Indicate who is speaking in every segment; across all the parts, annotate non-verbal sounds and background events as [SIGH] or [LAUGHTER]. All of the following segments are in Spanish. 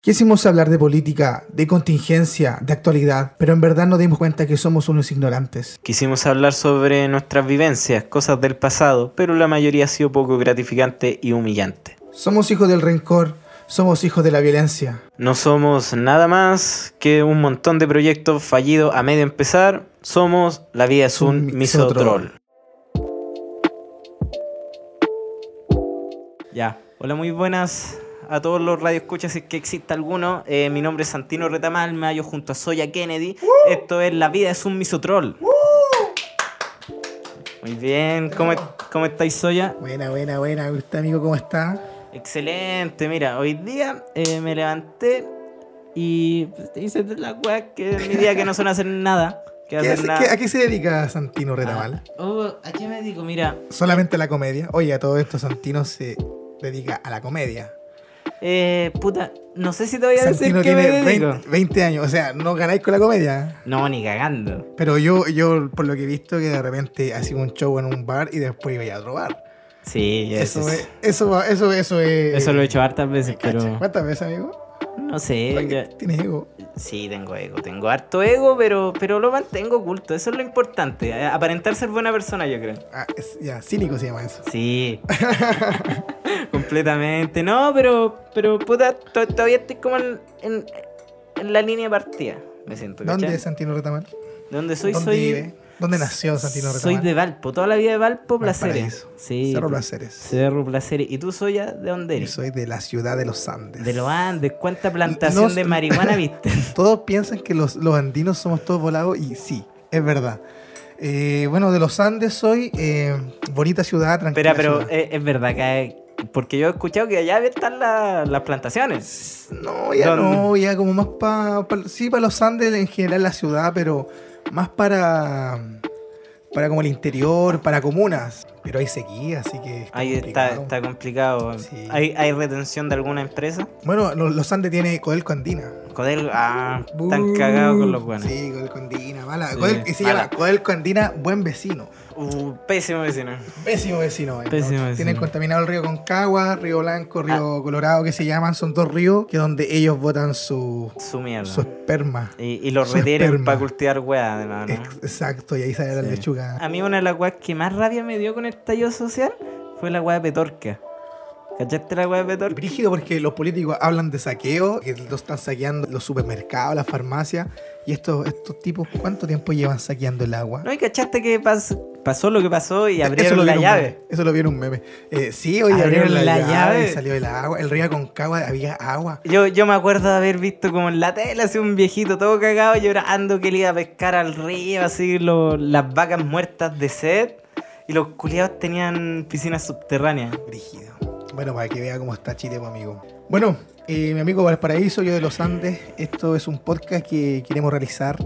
Speaker 1: Quisimos hablar de política, de contingencia, de actualidad, pero en verdad nos dimos cuenta que somos unos ignorantes.
Speaker 2: Quisimos hablar sobre nuestras vivencias, cosas del pasado, pero la mayoría ha sido poco gratificante y humillante.
Speaker 1: Somos hijos del rencor, somos hijos de la violencia.
Speaker 2: No somos nada más que un montón de proyectos fallidos a medio empezar. Somos La vida es un,
Speaker 1: Un
Speaker 2: misotrol.
Speaker 1: misotrol.
Speaker 2: Ya. Hola, muy buenas a todos los radioescuchas, si es que existe alguno. Eh, mi nombre es Santino Retamalma, yo junto a Soya Kennedy. Esto es La vida es un misotrol. Muy bien, ¿cómo, cómo estáis, Soya?
Speaker 1: Buena, buena, buena. ¿Usted, amigo, cómo está?
Speaker 2: Excelente, mira, hoy día eh, me levanté y pues, hice la weá que mi día que no son hacer nada.
Speaker 1: ¿Qué
Speaker 2: Que hacer
Speaker 1: hace-
Speaker 2: nada.
Speaker 1: qué- ¿A qué se dedica Santino Retamal?
Speaker 2: Ah, oh, ¿A qué me dedico? Mira,
Speaker 1: ¿Solamente a la comedia? Oye, a todo esto Santino se dedica a la comedia.
Speaker 2: eh, puta, no sé si te voy a decir
Speaker 1: Santino
Speaker 2: que me
Speaker 1: tiene
Speaker 2: dedico.
Speaker 1: 20, 20 años, o sea, no ganáis con la comedia.
Speaker 2: No, ni cagando.
Speaker 1: Pero yo, yo por lo que he visto, que de repente hacía un show en un bar y después iba a otro bar.
Speaker 2: Sí, ya
Speaker 1: Eso,
Speaker 2: sé.
Speaker 1: es, eso, eso, eso es...
Speaker 2: Eso lo he hecho hartas veces,
Speaker 1: me
Speaker 2: pero
Speaker 1: cacha. ¿Cuántas veces, amigo?
Speaker 2: no sé.
Speaker 1: ¿Para
Speaker 2: Eh, ya-
Speaker 1: qué ¿Tienes ego?
Speaker 2: Sí, tengo ego, tengo harto ego, pero, pero lo mantengo oculto. Eso es lo importante. eh, Aparentar ser buena persona, yo creo.
Speaker 1: Ah, es- ya, cínico se llama eso.
Speaker 2: Sí. [LAUGHS] Completamente. No, pero, pero puta, to- todavía estoy como en, en- en la línea de partida. Me siento. ¿cachai?
Speaker 1: ¿Dónde es Santino Retamal?
Speaker 2: ¿De dónde soy?
Speaker 1: ¿Dónde
Speaker 2: soy
Speaker 1: vive? ¿Dónde nació Santino
Speaker 2: Soy
Speaker 1: Retamal?
Speaker 2: de Valpo, toda la vida de Valpo, Placeres.
Speaker 1: Valparaíso.
Speaker 2: Sí.
Speaker 1: Cerro
Speaker 2: pues,
Speaker 1: Placeres.
Speaker 2: Cerro Placeres. ¿Y tú soy ya de dónde
Speaker 1: Yo
Speaker 2: eres?
Speaker 1: soy de la ciudad de los Andes.
Speaker 2: De los Andes. ¿Cuánta plantación
Speaker 1: Los- [LAUGHS]
Speaker 2: de marihuana viste?
Speaker 1: Todos piensan que los, los andinos somos todos volados y sí, es verdad. Eh, bueno, de los Andes soy eh, bonita ciudad, tranquila
Speaker 2: Espera, pero
Speaker 1: ciudad.
Speaker 2: eh, es, verdad que hay- porque yo he escuchado que allá están la- las plantaciones.
Speaker 1: No, ya
Speaker 2: ¿dónde?
Speaker 1: no, ya como más para... sí, para los Andes en general la ciudad, pero más para... Para como el interior, para comunas. Pero hay sequía, así que... está
Speaker 2: Ahí está,
Speaker 1: complicado.
Speaker 2: está complicado.
Speaker 1: Sí.
Speaker 2: ¿Hay, ¿Hay retención de alguna empresa?
Speaker 1: Bueno, lo- los Andes tiene Codelco Andina.
Speaker 2: Codel, ah, están cagados con los buenos.
Speaker 1: Sí, Codelco Andina, mala.
Speaker 2: Sí,
Speaker 1: Codel- y se
Speaker 2: mala.
Speaker 1: llama Codelco Andina, buen vecino.
Speaker 2: Uh, pésimo vecino.
Speaker 1: Pésimo vecino. eh,
Speaker 2: Pésimo
Speaker 1: ¿no?
Speaker 2: vecino. Ah.
Speaker 1: Tienen contaminado el río Concagua, río Blanco, río Colorado, que se llaman. Son dos ríos que donde ellos botan su,
Speaker 2: Su mierda.
Speaker 1: su esperma.
Speaker 2: y, y los
Speaker 1: su
Speaker 2: retiren
Speaker 1: esperma.
Speaker 2: para cultivar weá, además, ¿no?
Speaker 1: Ex- Exacto, y ahí sale la
Speaker 2: Sí. Ah,
Speaker 1: lechuga.
Speaker 2: A mí una de las weas que más rabia me dio con el tallo social fue la wea de Petorca. ¿Cachaste la wea de Petorca?
Speaker 1: Brígido porque los políticos hablan de saqueo, que los están saqueando los supermercados, las farmacias. Y estos, estos tipos, ¿cuánto tiempo llevan saqueando el agua?
Speaker 2: No, y cachaste que pas- pasó lo que pasó y
Speaker 1: Eso
Speaker 2: abrieron
Speaker 1: lo
Speaker 2: la
Speaker 1: vieron
Speaker 2: llave.
Speaker 1: eso lo vieron un meme. Eh, sí, hoy abrieron, la, llave,
Speaker 2: llave.
Speaker 1: y salió el agua. El río Concagua había agua.
Speaker 2: Yo, yo me acuerdo de haber visto como en la tele así un viejito todo cagado llorando que le iba a pescar al río, así lo- las vacas muertas de sed. Y los culiados tenían piscinas subterráneas.
Speaker 1: Brígido. Bueno, para que vea cómo está Chile, pues, amigo. Bueno, eh, mi amigo Valparaíso, yo de los Andes. Esto es un podcast que queremos realizar.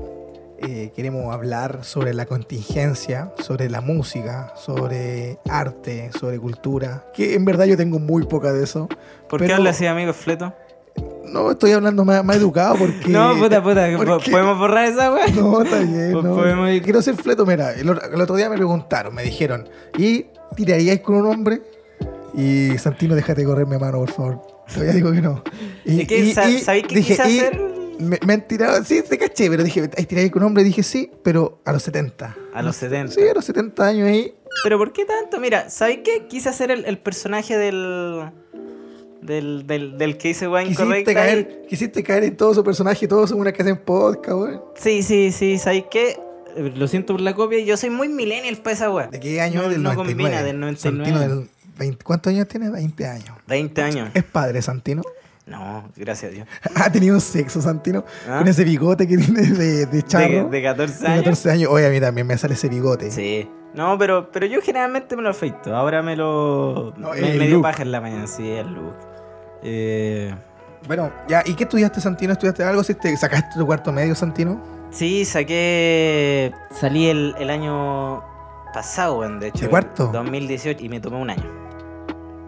Speaker 1: Eh, queremos hablar sobre la contingencia, sobre la música, sobre arte, sobre cultura. Que en verdad yo tengo muy poca de eso.
Speaker 2: ¿Por qué
Speaker 1: Pero-
Speaker 2: hablas así, amigo Fleto?
Speaker 1: No estoy hablando más, más educado porque.
Speaker 2: [LAUGHS] No, puta, puta,
Speaker 1: ¿por
Speaker 2: po-
Speaker 1: qué?
Speaker 2: ¿podemos borrar esa wea?
Speaker 1: [LAUGHS] No, está bien.
Speaker 2: Pues
Speaker 1: no.
Speaker 2: podemos ir-
Speaker 1: Quiero ser fleto. Mira, el otro, el otro día me preguntaron, me dijeron, ¿y tiraríais con un hombre? Y Santino, déjate correr mi mano, por favor. Todavía digo que no. Y,
Speaker 2: ¿De qué? Sa- ¿Sabéis qué quise
Speaker 1: "Y-"
Speaker 2: hacer?
Speaker 1: Me, me han tirado, sí, te caché, pero dije, ¿ahí tiraríais con un hombre? Y dije, sí, pero a los 70.
Speaker 2: A los 70.
Speaker 1: Sí, a los 70 años ahí.
Speaker 2: Pero ¿por qué tanto? Mira, ¿sabes qué? Quise hacer el, el personaje del, del, del. del que hice weá
Speaker 1: Quisiste
Speaker 2: incorrecta. ahí.
Speaker 1: caer, quisiste caer en todo su personaje, todos son una que hacen podcast, weón.
Speaker 2: Sí, sí, sí, ¿sabes qué? Eh, Lo siento por la copia, yo soy muy millennial para esa weá.
Speaker 1: ¿De qué año?
Speaker 2: No,
Speaker 1: del
Speaker 2: no
Speaker 1: 99.
Speaker 2: combina, del 99.
Speaker 1: Santino, del 20 ¿cuántos años tiene? 20 años.
Speaker 2: 20 años.
Speaker 1: [LAUGHS] ¿Es padre, Santino?
Speaker 2: No, gracias a Dios.
Speaker 1: Ha tenido Ah, sexo, Santino.
Speaker 2: ¿Ah?
Speaker 1: Con ese bigote que tiene de, de
Speaker 2: De,
Speaker 1: charro.
Speaker 2: de 14
Speaker 1: de
Speaker 2: años.
Speaker 1: 14 años. Oye, a mí también me sale ese bigote.
Speaker 2: Sí. No, pero, pero yo generalmente me lo afeito. Ahora me lo.
Speaker 1: No,
Speaker 2: me,
Speaker 1: el
Speaker 2: me dio
Speaker 1: look.
Speaker 2: paja en la mañana, sí, el look. Eh,
Speaker 1: Bueno, ya, ¿y qué estudiaste, Santino? ¿Estudiaste algo? ¿Si te sacaste tu cuarto medio, Santino?
Speaker 2: Sí, saqué. Salí el, el año pasado, weón, de hecho.
Speaker 1: ¿De cuarto?
Speaker 2: 2018, y me tomé un año.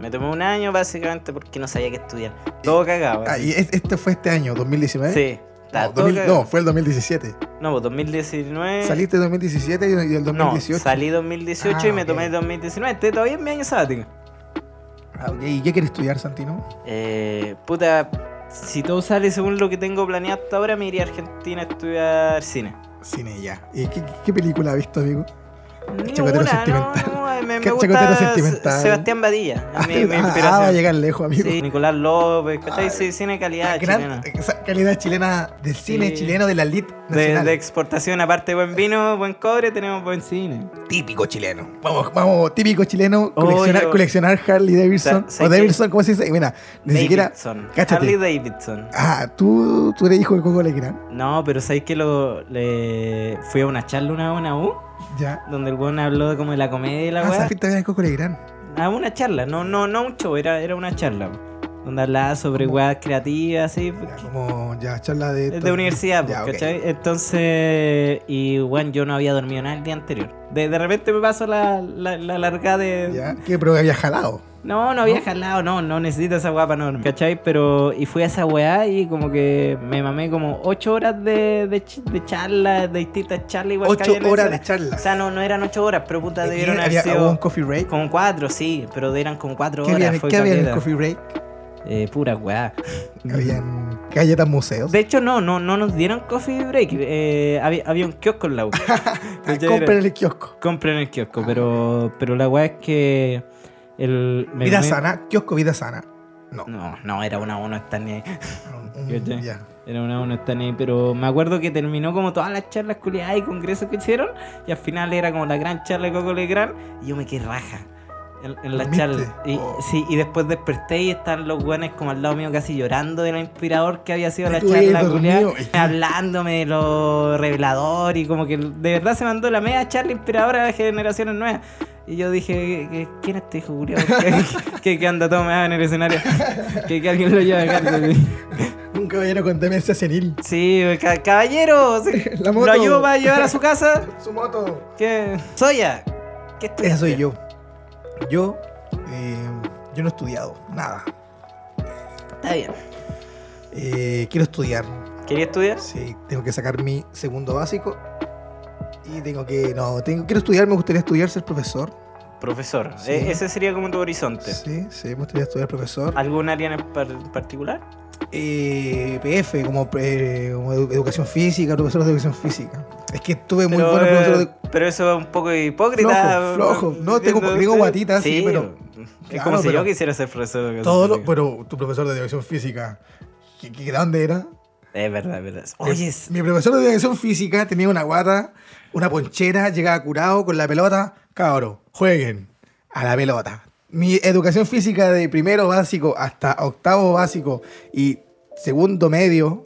Speaker 2: Me tomé un año básicamente porque no sabía qué estudiar. Todo cagado.
Speaker 1: Ah,
Speaker 2: así.
Speaker 1: y es- este fue este año, 2019.
Speaker 2: Sí,
Speaker 1: No,
Speaker 2: estaba todo
Speaker 1: 2000
Speaker 2: cagado.
Speaker 1: no, fue el 2017.
Speaker 2: No, pues 2019.
Speaker 1: Saliste en 2017 y y el
Speaker 2: No,
Speaker 1: 2018.
Speaker 2: salí 2018 y
Speaker 1: Ah,
Speaker 2: me
Speaker 1: ok.
Speaker 2: tomé 2019. Este todavía es mi año sabático.
Speaker 1: Ah, ok. ¿Y qué quieres estudiar, Santino?
Speaker 2: Eh, puta, si todo sale según lo que tengo planeado hasta ahora, me iría a Argentina a estudiar cine.
Speaker 1: Cine ya. ¿Y qué, qué película has visto, amigo?
Speaker 2: Ni
Speaker 1: Chacotero
Speaker 2: una,
Speaker 1: sentimental.
Speaker 2: Mm, no, no, me, me
Speaker 1: Chacotero
Speaker 2: gusta
Speaker 1: sentimental.
Speaker 2: Se- Sebastián Badilla.
Speaker 1: [LAUGHS] Ah,
Speaker 2: mi, mi
Speaker 1: ah, va a
Speaker 2: inspiración.
Speaker 1: llegar lejos, amigo.
Speaker 2: Sí, Nicolás López,
Speaker 1: Ay,
Speaker 2: ¿cachai? Sí, cine de calidad
Speaker 1: Gran-
Speaker 2: chilena.
Speaker 1: esa calidad chilena del cine
Speaker 2: Sí.
Speaker 1: chileno de la elite
Speaker 2: De,
Speaker 1: nacional.
Speaker 2: de exportación, aparte de buen vino, buen cobre, tenemos buen cine.
Speaker 1: Típico chileno. Vamos, vamos, típico chileno.
Speaker 2: Oh,
Speaker 1: coleccionar,
Speaker 2: yo-
Speaker 1: coleccionar Harley Davidson.
Speaker 2: Sa-
Speaker 1: o
Speaker 2: ¿sabes qué?
Speaker 1: Davidson, ¿cómo se dice? Mira, ni siquiera.
Speaker 2: Davidson.
Speaker 1: cáchate.
Speaker 2: Harley Davidson.
Speaker 1: Ah, tú, tú eres hijo de Coco Legrand.
Speaker 2: No, pero ¿sabes que lo, le... fui a una charla una vez a una U?
Speaker 1: Ya.
Speaker 2: Donde el weón habló de como de la comedia y la
Speaker 1: Ah,
Speaker 2: weá.
Speaker 1: esa pinta era de Coco Legrand.
Speaker 2: Ah, una charla, no, no, no un show, era, era una charla. Donde hablaba sobre weas creativas, así. pues,
Speaker 1: Ya, como ya charla de.
Speaker 2: De universidad,
Speaker 1: Ya,
Speaker 2: pues,
Speaker 1: ok.
Speaker 2: ¿cachai? Entonces, y bueno, yo no había dormido nada el día anterior. De, de repente me paso la, la, la larga de.
Speaker 1: Ya, que pero había jalado.
Speaker 2: No, no había jalado, no, no necesito esa weá para no dormir, ¿cachai? Pero, y fui a esa weá y como que me mamé como ocho horas de, de, ch- de charla, de distintas charlas. Igual que
Speaker 1: Ocho
Speaker 2: había en el
Speaker 1: horas de
Speaker 2: cine.
Speaker 1: charla.
Speaker 2: O sea, no, no eran ocho horas, pero puta,
Speaker 1: ¿De qué?
Speaker 2: debieron haber
Speaker 1: había hubo un
Speaker 2: sido.
Speaker 1: coffee break.
Speaker 2: Con cuatro, sí, pero eran con cuatro
Speaker 1: ¿Qué
Speaker 2: horas.
Speaker 1: había,
Speaker 2: fue
Speaker 1: qué había en el
Speaker 2: caleta.
Speaker 1: coffee break?
Speaker 2: Eh, pura weá.
Speaker 1: [LAUGHS] Habían galletas museos.
Speaker 2: De hecho, no, no, no nos dieron coffee break. eh, había, había un
Speaker 1: [LAUGHS]
Speaker 2: kiosco en la U.
Speaker 1: Ah,
Speaker 2: Ya
Speaker 1: compren
Speaker 2: era-
Speaker 1: el kiosco.
Speaker 2: Compren el kiosco, pero, pero la weá es que. El, me
Speaker 1: Vida
Speaker 2: comí-
Speaker 1: sana, kiosco, vida sana. No.
Speaker 2: No, no, era una uno está ni ahí.
Speaker 1: Mm,
Speaker 2: ¿Cachai?
Speaker 1: ya.
Speaker 2: Era una uno está ni ahí. Pero me acuerdo que terminó como todas las charlas culiadas y congresos que hicieron. Y al final era como la gran charla de Coco Legrand. Y yo me quedé raja. En, en la
Speaker 1: ¿Dormiste?
Speaker 2: charla. Y,
Speaker 1: Oh.
Speaker 2: sí, y después desperté y están los guanes como al lado mío casi llorando de lo inspirador que había sido
Speaker 1: Y
Speaker 2: la
Speaker 1: tú ahí
Speaker 2: charla
Speaker 1: dormido.
Speaker 2: culiada. Hablándome de lo revelador y como que de verdad se mandó la media charla inspiradora a las generaciones nuevas. Y yo dije, ¿qué- ¿quién es este hijo culiado? [LAUGHS] ¿Qué, qué, qué anda todo me en el escenario? Que, que alguien lo lleva a cárcel.
Speaker 1: Un caballero con demencia senil.
Speaker 2: Sí, ca- caballero, sí.
Speaker 1: [LAUGHS] La moto.
Speaker 2: lo ayudo para llevar a su casa.
Speaker 1: Su moto.
Speaker 2: ¿Qué? Soya, ¿qué estudiaste?
Speaker 1: Esa soy yo. Yo, eh, yo no he estudiado nada.
Speaker 2: Está bien.
Speaker 1: Eh, quiero estudiar.
Speaker 2: ¿Quería estudiar?
Speaker 1: Sí, tengo que sacar mi segundo básico. Y tengo que. No, tengo, quiero estudiar, me gustaría estudiar ser profesor.
Speaker 2: Profesor,
Speaker 1: Sí.
Speaker 2: e- ese sería como tu horizonte.
Speaker 1: Sí, sí, me gustaría estudiar profesor.
Speaker 2: ¿Algún área en par- particular?
Speaker 1: Eh, PF, como, eh, como edu- educación física, profesor de educación física. Es que tuve muy
Speaker 2: pero,
Speaker 1: buenos profesores de.
Speaker 2: eh, pero eso es un poco hipócrita.
Speaker 1: Flojo, flojo. No, tengo-
Speaker 2: diciendo-
Speaker 1: tengo guatita, sí, pero-
Speaker 2: Es
Speaker 1: Claro,
Speaker 2: como si
Speaker 1: pero-
Speaker 2: yo quisiera ser profesor. de
Speaker 1: Todo lo,
Speaker 2: eh, educación
Speaker 1: pero tu profesor de educación física, ¿qué, qué- dónde era?
Speaker 2: física. Es verdad, es verdad. Oye,
Speaker 1: Eh, mi profesor de educación física tenía una guata, una ponchera, llegaba curado con la pelota. Cabro, jueguen a la pelota. Mi educación física de primero básico hasta octavo básico y segundo medio,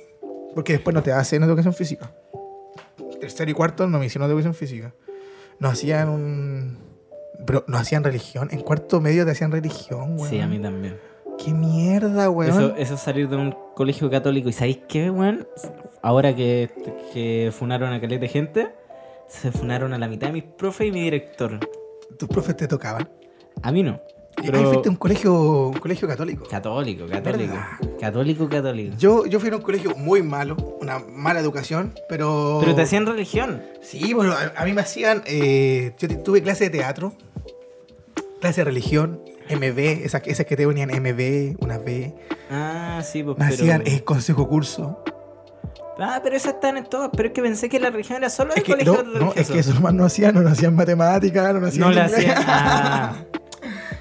Speaker 1: porque después no te hacen educación física. Tercero y cuarto no me hicieron educación física. Nos hacían un. Pero nos hacían religión. En cuarto medio te hacían religión, güey.
Speaker 2: sí, a mí también.
Speaker 1: Qué mierda, weón.
Speaker 2: Eso, eso es salir de un colegio católico. ¿Y sabéis qué, weón? Ahora que, que funaron a caleta de gente, se funaron a la mitad de mis profes y mi director.
Speaker 1: Tus profes te tocaban.
Speaker 2: A mí no.
Speaker 1: Y
Speaker 2: Pero
Speaker 1: Ahí fuiste a un colegio, un colegio católico.
Speaker 2: Católico, católico.
Speaker 1: ¿Verdad?
Speaker 2: Católico, católico.
Speaker 1: Yo, yo fui a un colegio muy malo, una mala educación, pero.
Speaker 2: Pero te hacían religión.
Speaker 1: Sí, bueno, a, a mí me hacían. eh, yo te- tuve clase de teatro, clase de religión, MB, esas, esas que te ponían MB, unas B.
Speaker 2: Ah, sí, pues
Speaker 1: Me
Speaker 2: pero...
Speaker 1: hacían eh, consejo curso.
Speaker 2: Ah, pero esas están en todas. Pero es que pensé que la religión era solo
Speaker 1: Es
Speaker 2: el
Speaker 1: que,
Speaker 2: colegio
Speaker 1: no, no, es que eso nomás no hacían, no nos hacían matemáticas, no nos hacían.
Speaker 2: No la
Speaker 1: inglés.
Speaker 2: hacían.
Speaker 1: [LAUGHS]
Speaker 2: Ah.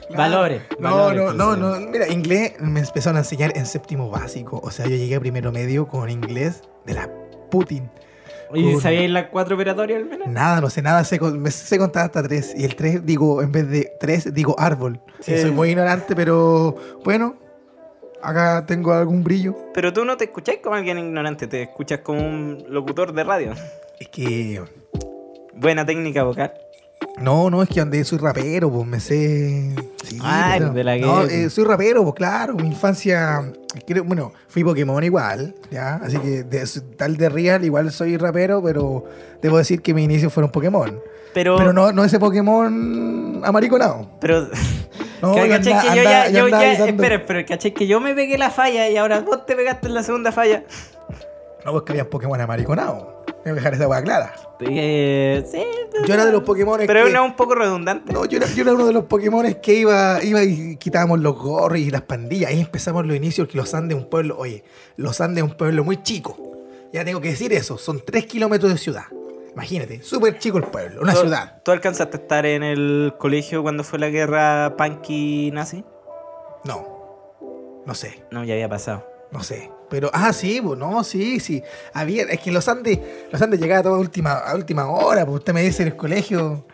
Speaker 2: Valores.
Speaker 1: No,
Speaker 2: valores, pues,
Speaker 1: no, no,
Speaker 2: entonces.
Speaker 1: no. Mira, inglés me empezaron a enseñar en séptimo básico. O sea, yo llegué a primero medio con inglés de la Putin.
Speaker 2: ¿Y
Speaker 1: Con-
Speaker 2: sabíais las cuatro operatorias al menos?
Speaker 1: Nada, no sé nada, sé, con- me sé contar hasta tres. Y el tres digo, en vez de tres, digo árbol. Sí,
Speaker 2: Sí.
Speaker 1: soy muy ignorante, pero bueno, acá tengo algún brillo.
Speaker 2: Pero tú no te escucháis como alguien ignorante, te escuchas como un locutor de radio.
Speaker 1: Es que.
Speaker 2: Buena técnica vocal.
Speaker 1: No, no, es que andé, soy rapero, pues me sé. Sí,
Speaker 2: Ah,
Speaker 1: pues, no.
Speaker 2: de la
Speaker 1: No,
Speaker 2: guerra.
Speaker 1: eh, soy rapero, pues claro, mi infancia. creo- bueno, fui Pokémon igual, ¿ya? Así que de- tal de Real igual soy rapero, pero debo decir que mis inicios fueron Pokémon.
Speaker 2: Pero,
Speaker 1: Pero no, no ese Pokémon amariconado.
Speaker 2: pero
Speaker 1: No,
Speaker 2: [LAUGHS] que-
Speaker 1: yo
Speaker 2: ¿cachai
Speaker 1: andaba-
Speaker 2: que yo
Speaker 1: andaba-
Speaker 2: ya,
Speaker 1: yo
Speaker 2: yo
Speaker 1: andaba
Speaker 2: ya-
Speaker 1: gritando.
Speaker 2: espera, pero ¿cachai que yo me pegué la falla y ahora vos te pegaste en la segunda falla?
Speaker 1: No, pues que había Pokémon amariconado. Voy a dejar esa hueá clara.
Speaker 2: Eh, sí,
Speaker 1: Yo era de los Pokémon
Speaker 2: pero
Speaker 1: que...
Speaker 2: es una un poco redundante.
Speaker 1: No, yo era, yo era uno de los Pokémon que iba, iba y quitábamos los gorros y las pandillas. Ahí empezamos los inicios, que los Andes es un pueblo, oye, los Andes es un pueblo muy chico. Ya tengo que decir eso, son 3 kilómetros de ciudad. Imagínate, súper chico el pueblo, una
Speaker 2: ¿Tú-
Speaker 1: ciudad.
Speaker 2: ¿Tú alcanzaste a estar en el colegio cuando fue la guerra punky nazi?
Speaker 1: No, no sé,
Speaker 2: No, ya había pasado.
Speaker 1: no sé. Pero, ah, sí, pues, no, sí, sí. Había, es que en los Andes, los Andes llegaba toda última, a última hora, pues usted me dice en el colegio.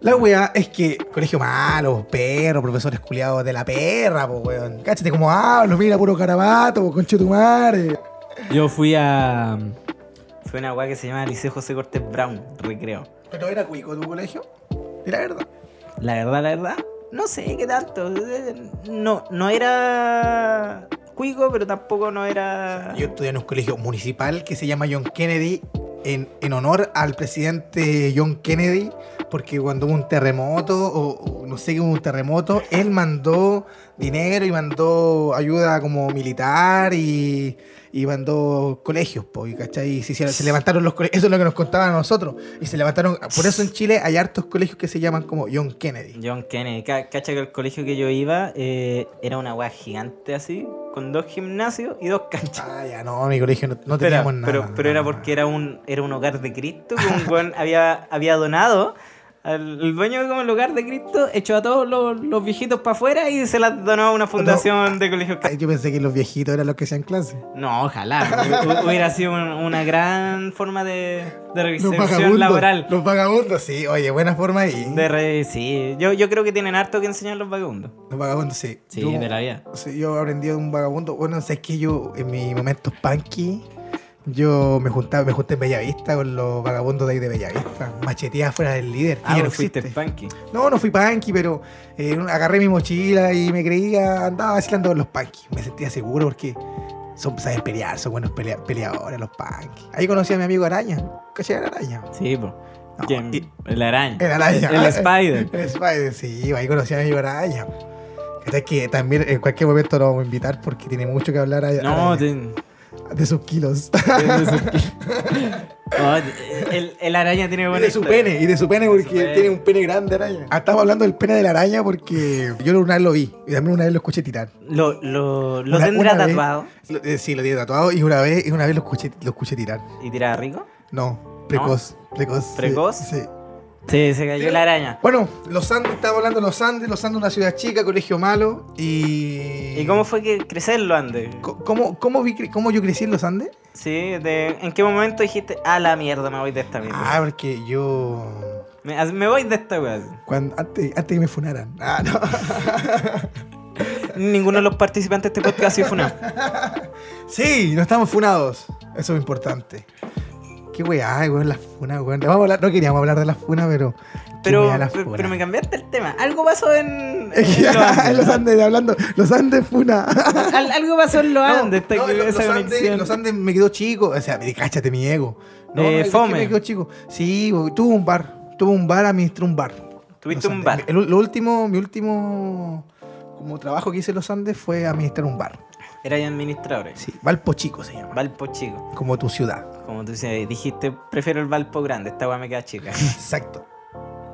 Speaker 1: La weá es que, colegio malo, perro, profesores culiados de la perra, pues weón. Cáchate cómo hablo, mira, puro carabato, pues conche tu madre.
Speaker 2: Yo fui a. Fue una weá que se llama Liceo José Cortés Brown, recreo.
Speaker 1: Pero era cuico tu colegio, de la verdad.
Speaker 2: La verdad, la verdad, no sé qué tanto. No, no era cuico, pero tampoco no era.
Speaker 1: Yo estudié en un colegio municipal que se llama John Kennedy en, en honor al presidente John Kennedy, porque cuando hubo un terremoto, o, o no sé qué hubo un terremoto, él mandó dinero y mandó ayuda como militar y, y mandó colegios, po, y, ¿cachai? Y se, hicieron- se levantaron los colegios, eso es lo que nos contaban a nosotros, y se levantaron, por eso en Chile hay hartos colegios que se llaman como John Kennedy.
Speaker 2: John Kennedy, Ca- cacha que el colegio que yo iba eh, era una weá gigante así, con dos gimnasios y dos canchas.
Speaker 1: Ah, ya, no, mi colegio no, no
Speaker 2: Espera,
Speaker 1: teníamos nada.
Speaker 2: pero, pero era porque era un, era un hogar de Cristo que un weón [LAUGHS] había, había donado. al- El dueño de como el hogar de Cristo echó a todos los, los viejitos para afuera y se las donó a una fundación de colegios
Speaker 1: Ay, Yo pensé que los viejitos eran los que hacían clase.
Speaker 2: No, ojalá. Hu- hu- Hubiera sido un- una gran forma de, de reinserción
Speaker 1: vagabundos,
Speaker 2: laboral.
Speaker 1: Los vagabundos, sí. Oye, buena forma ahí.
Speaker 2: De re- sí, yo, yo creo que tienen harto que enseñar los vagabundos.
Speaker 1: Los vagabundos, sí.
Speaker 2: Sí,
Speaker 1: yo,
Speaker 2: de la vida.
Speaker 1: sí, yo aprendí de un vagabundo. Bueno, sé que yo en mi momento punky, yo me juntaba, me junté en Bellavista con los vagabundos de ahí de Bellavista. Macheteaba fuera del líder. que
Speaker 2: Ah,
Speaker 1: ya
Speaker 2: no
Speaker 1: no
Speaker 2: fuiste
Speaker 1: existe.
Speaker 2: punky.
Speaker 1: No, no fui punky, pero eh, agarré mi mochila y me creía, andaba vacilando con los punky. Me sentía seguro porque son, saben pelear, son buenos pelea- peleadores los punky. Ahí conocí a mi amigo Araña. ¿Caché era Araña?
Speaker 2: Sí, po.
Speaker 1: No,
Speaker 2: ¿Quién?
Speaker 1: y-
Speaker 2: El araña.
Speaker 1: El araña. Ah,
Speaker 2: El, spider.
Speaker 1: El Spider, sí, ahí conocí a mi araña. Que, que también en cualquier momento lo vamos a invitar porque tiene mucho que hablar a-
Speaker 2: No,
Speaker 1: a- de,
Speaker 2: ten-
Speaker 1: sus kilos. [LAUGHS]
Speaker 2: no, el, el araña tiene buena
Speaker 1: de su
Speaker 2: historia.
Speaker 1: pene, [LAUGHS] y de su pene porque
Speaker 2: su pene.
Speaker 1: tiene un pene grande araña. Ah, estamos hablando del pene de la araña porque yo una vez lo vi y también una vez lo escuché tirar.
Speaker 2: Lo, lo, lo
Speaker 1: Una-
Speaker 2: tendrá
Speaker 1: una vez-
Speaker 2: tatuado
Speaker 1: Lo- eh, sí, lo tiene tatuado y una vez, y una vez lo escuché, lo escuché tirar.
Speaker 2: y tiraba rico.
Speaker 1: No, precoz, precoz. sí,
Speaker 2: ¿Precoz?
Speaker 1: Sí.
Speaker 2: Sí, se cayó la araña.
Speaker 1: Bueno, Los Andes, estaba hablando de Los Andes, Los Andes una ciudad chica, colegio malo y...
Speaker 2: ¿Y cómo fue que crecerlo, Andes?
Speaker 1: Co- ¿Cómo, cómo, vi cre- cómo yo crecí en los Andes?
Speaker 2: Sí, de- ¿en qué momento dijiste, ah, la mierda, me voy de esta mierda?
Speaker 1: Ah, porque yo.
Speaker 2: Me, as- me voy de esta weá.
Speaker 1: Cuando, antes, antes que me funaran. Ah, no. [LAUGHS]
Speaker 2: Ninguno de los participantes de este podcast ha sido funado.
Speaker 1: sí, no estamos funados. Eso es importante. Qué weá, ay, weón, las funas, weón. Vamos a hablar- no queríamos hablar de las funas, pero. [LAUGHS] qué
Speaker 2: Pero,
Speaker 1: weá las
Speaker 2: pero,
Speaker 1: funas.
Speaker 2: pero me cambiaste el tema. Algo pasó en,
Speaker 1: [LAUGHS]
Speaker 2: en los
Speaker 1: en los
Speaker 2: Andes.
Speaker 1: Andes, hablando. Los Andes, funa.
Speaker 2: Al- algo pasó en los Andes. esta-
Speaker 1: no, en lo-
Speaker 2: esa
Speaker 1: los, Andes,
Speaker 2: conexión.
Speaker 1: los Andes me quedó chico. O sea, me- cáchate mi ego. No,
Speaker 2: Eh,
Speaker 1: no, es que
Speaker 2: fome.
Speaker 1: me quedó chico. Sí, bo- tuve un bar. Tuve un bar, administré un bar.
Speaker 2: Tuviste
Speaker 1: Los
Speaker 2: un bar.
Speaker 1: Andes. El- lo último, mi último como trabajo que hice en los Andes fue administrar un bar.
Speaker 2: Eran administradores.
Speaker 1: Sí, Valpo Chico se llama.
Speaker 2: Valpo chico.
Speaker 1: Como tu ciudad.
Speaker 2: Como tú dices, dijiste, prefiero el Valpo grande. Esta weá me
Speaker 1: [LAUGHS]
Speaker 2: queda chica.
Speaker 1: Exacto.
Speaker 2: [LAUGHS]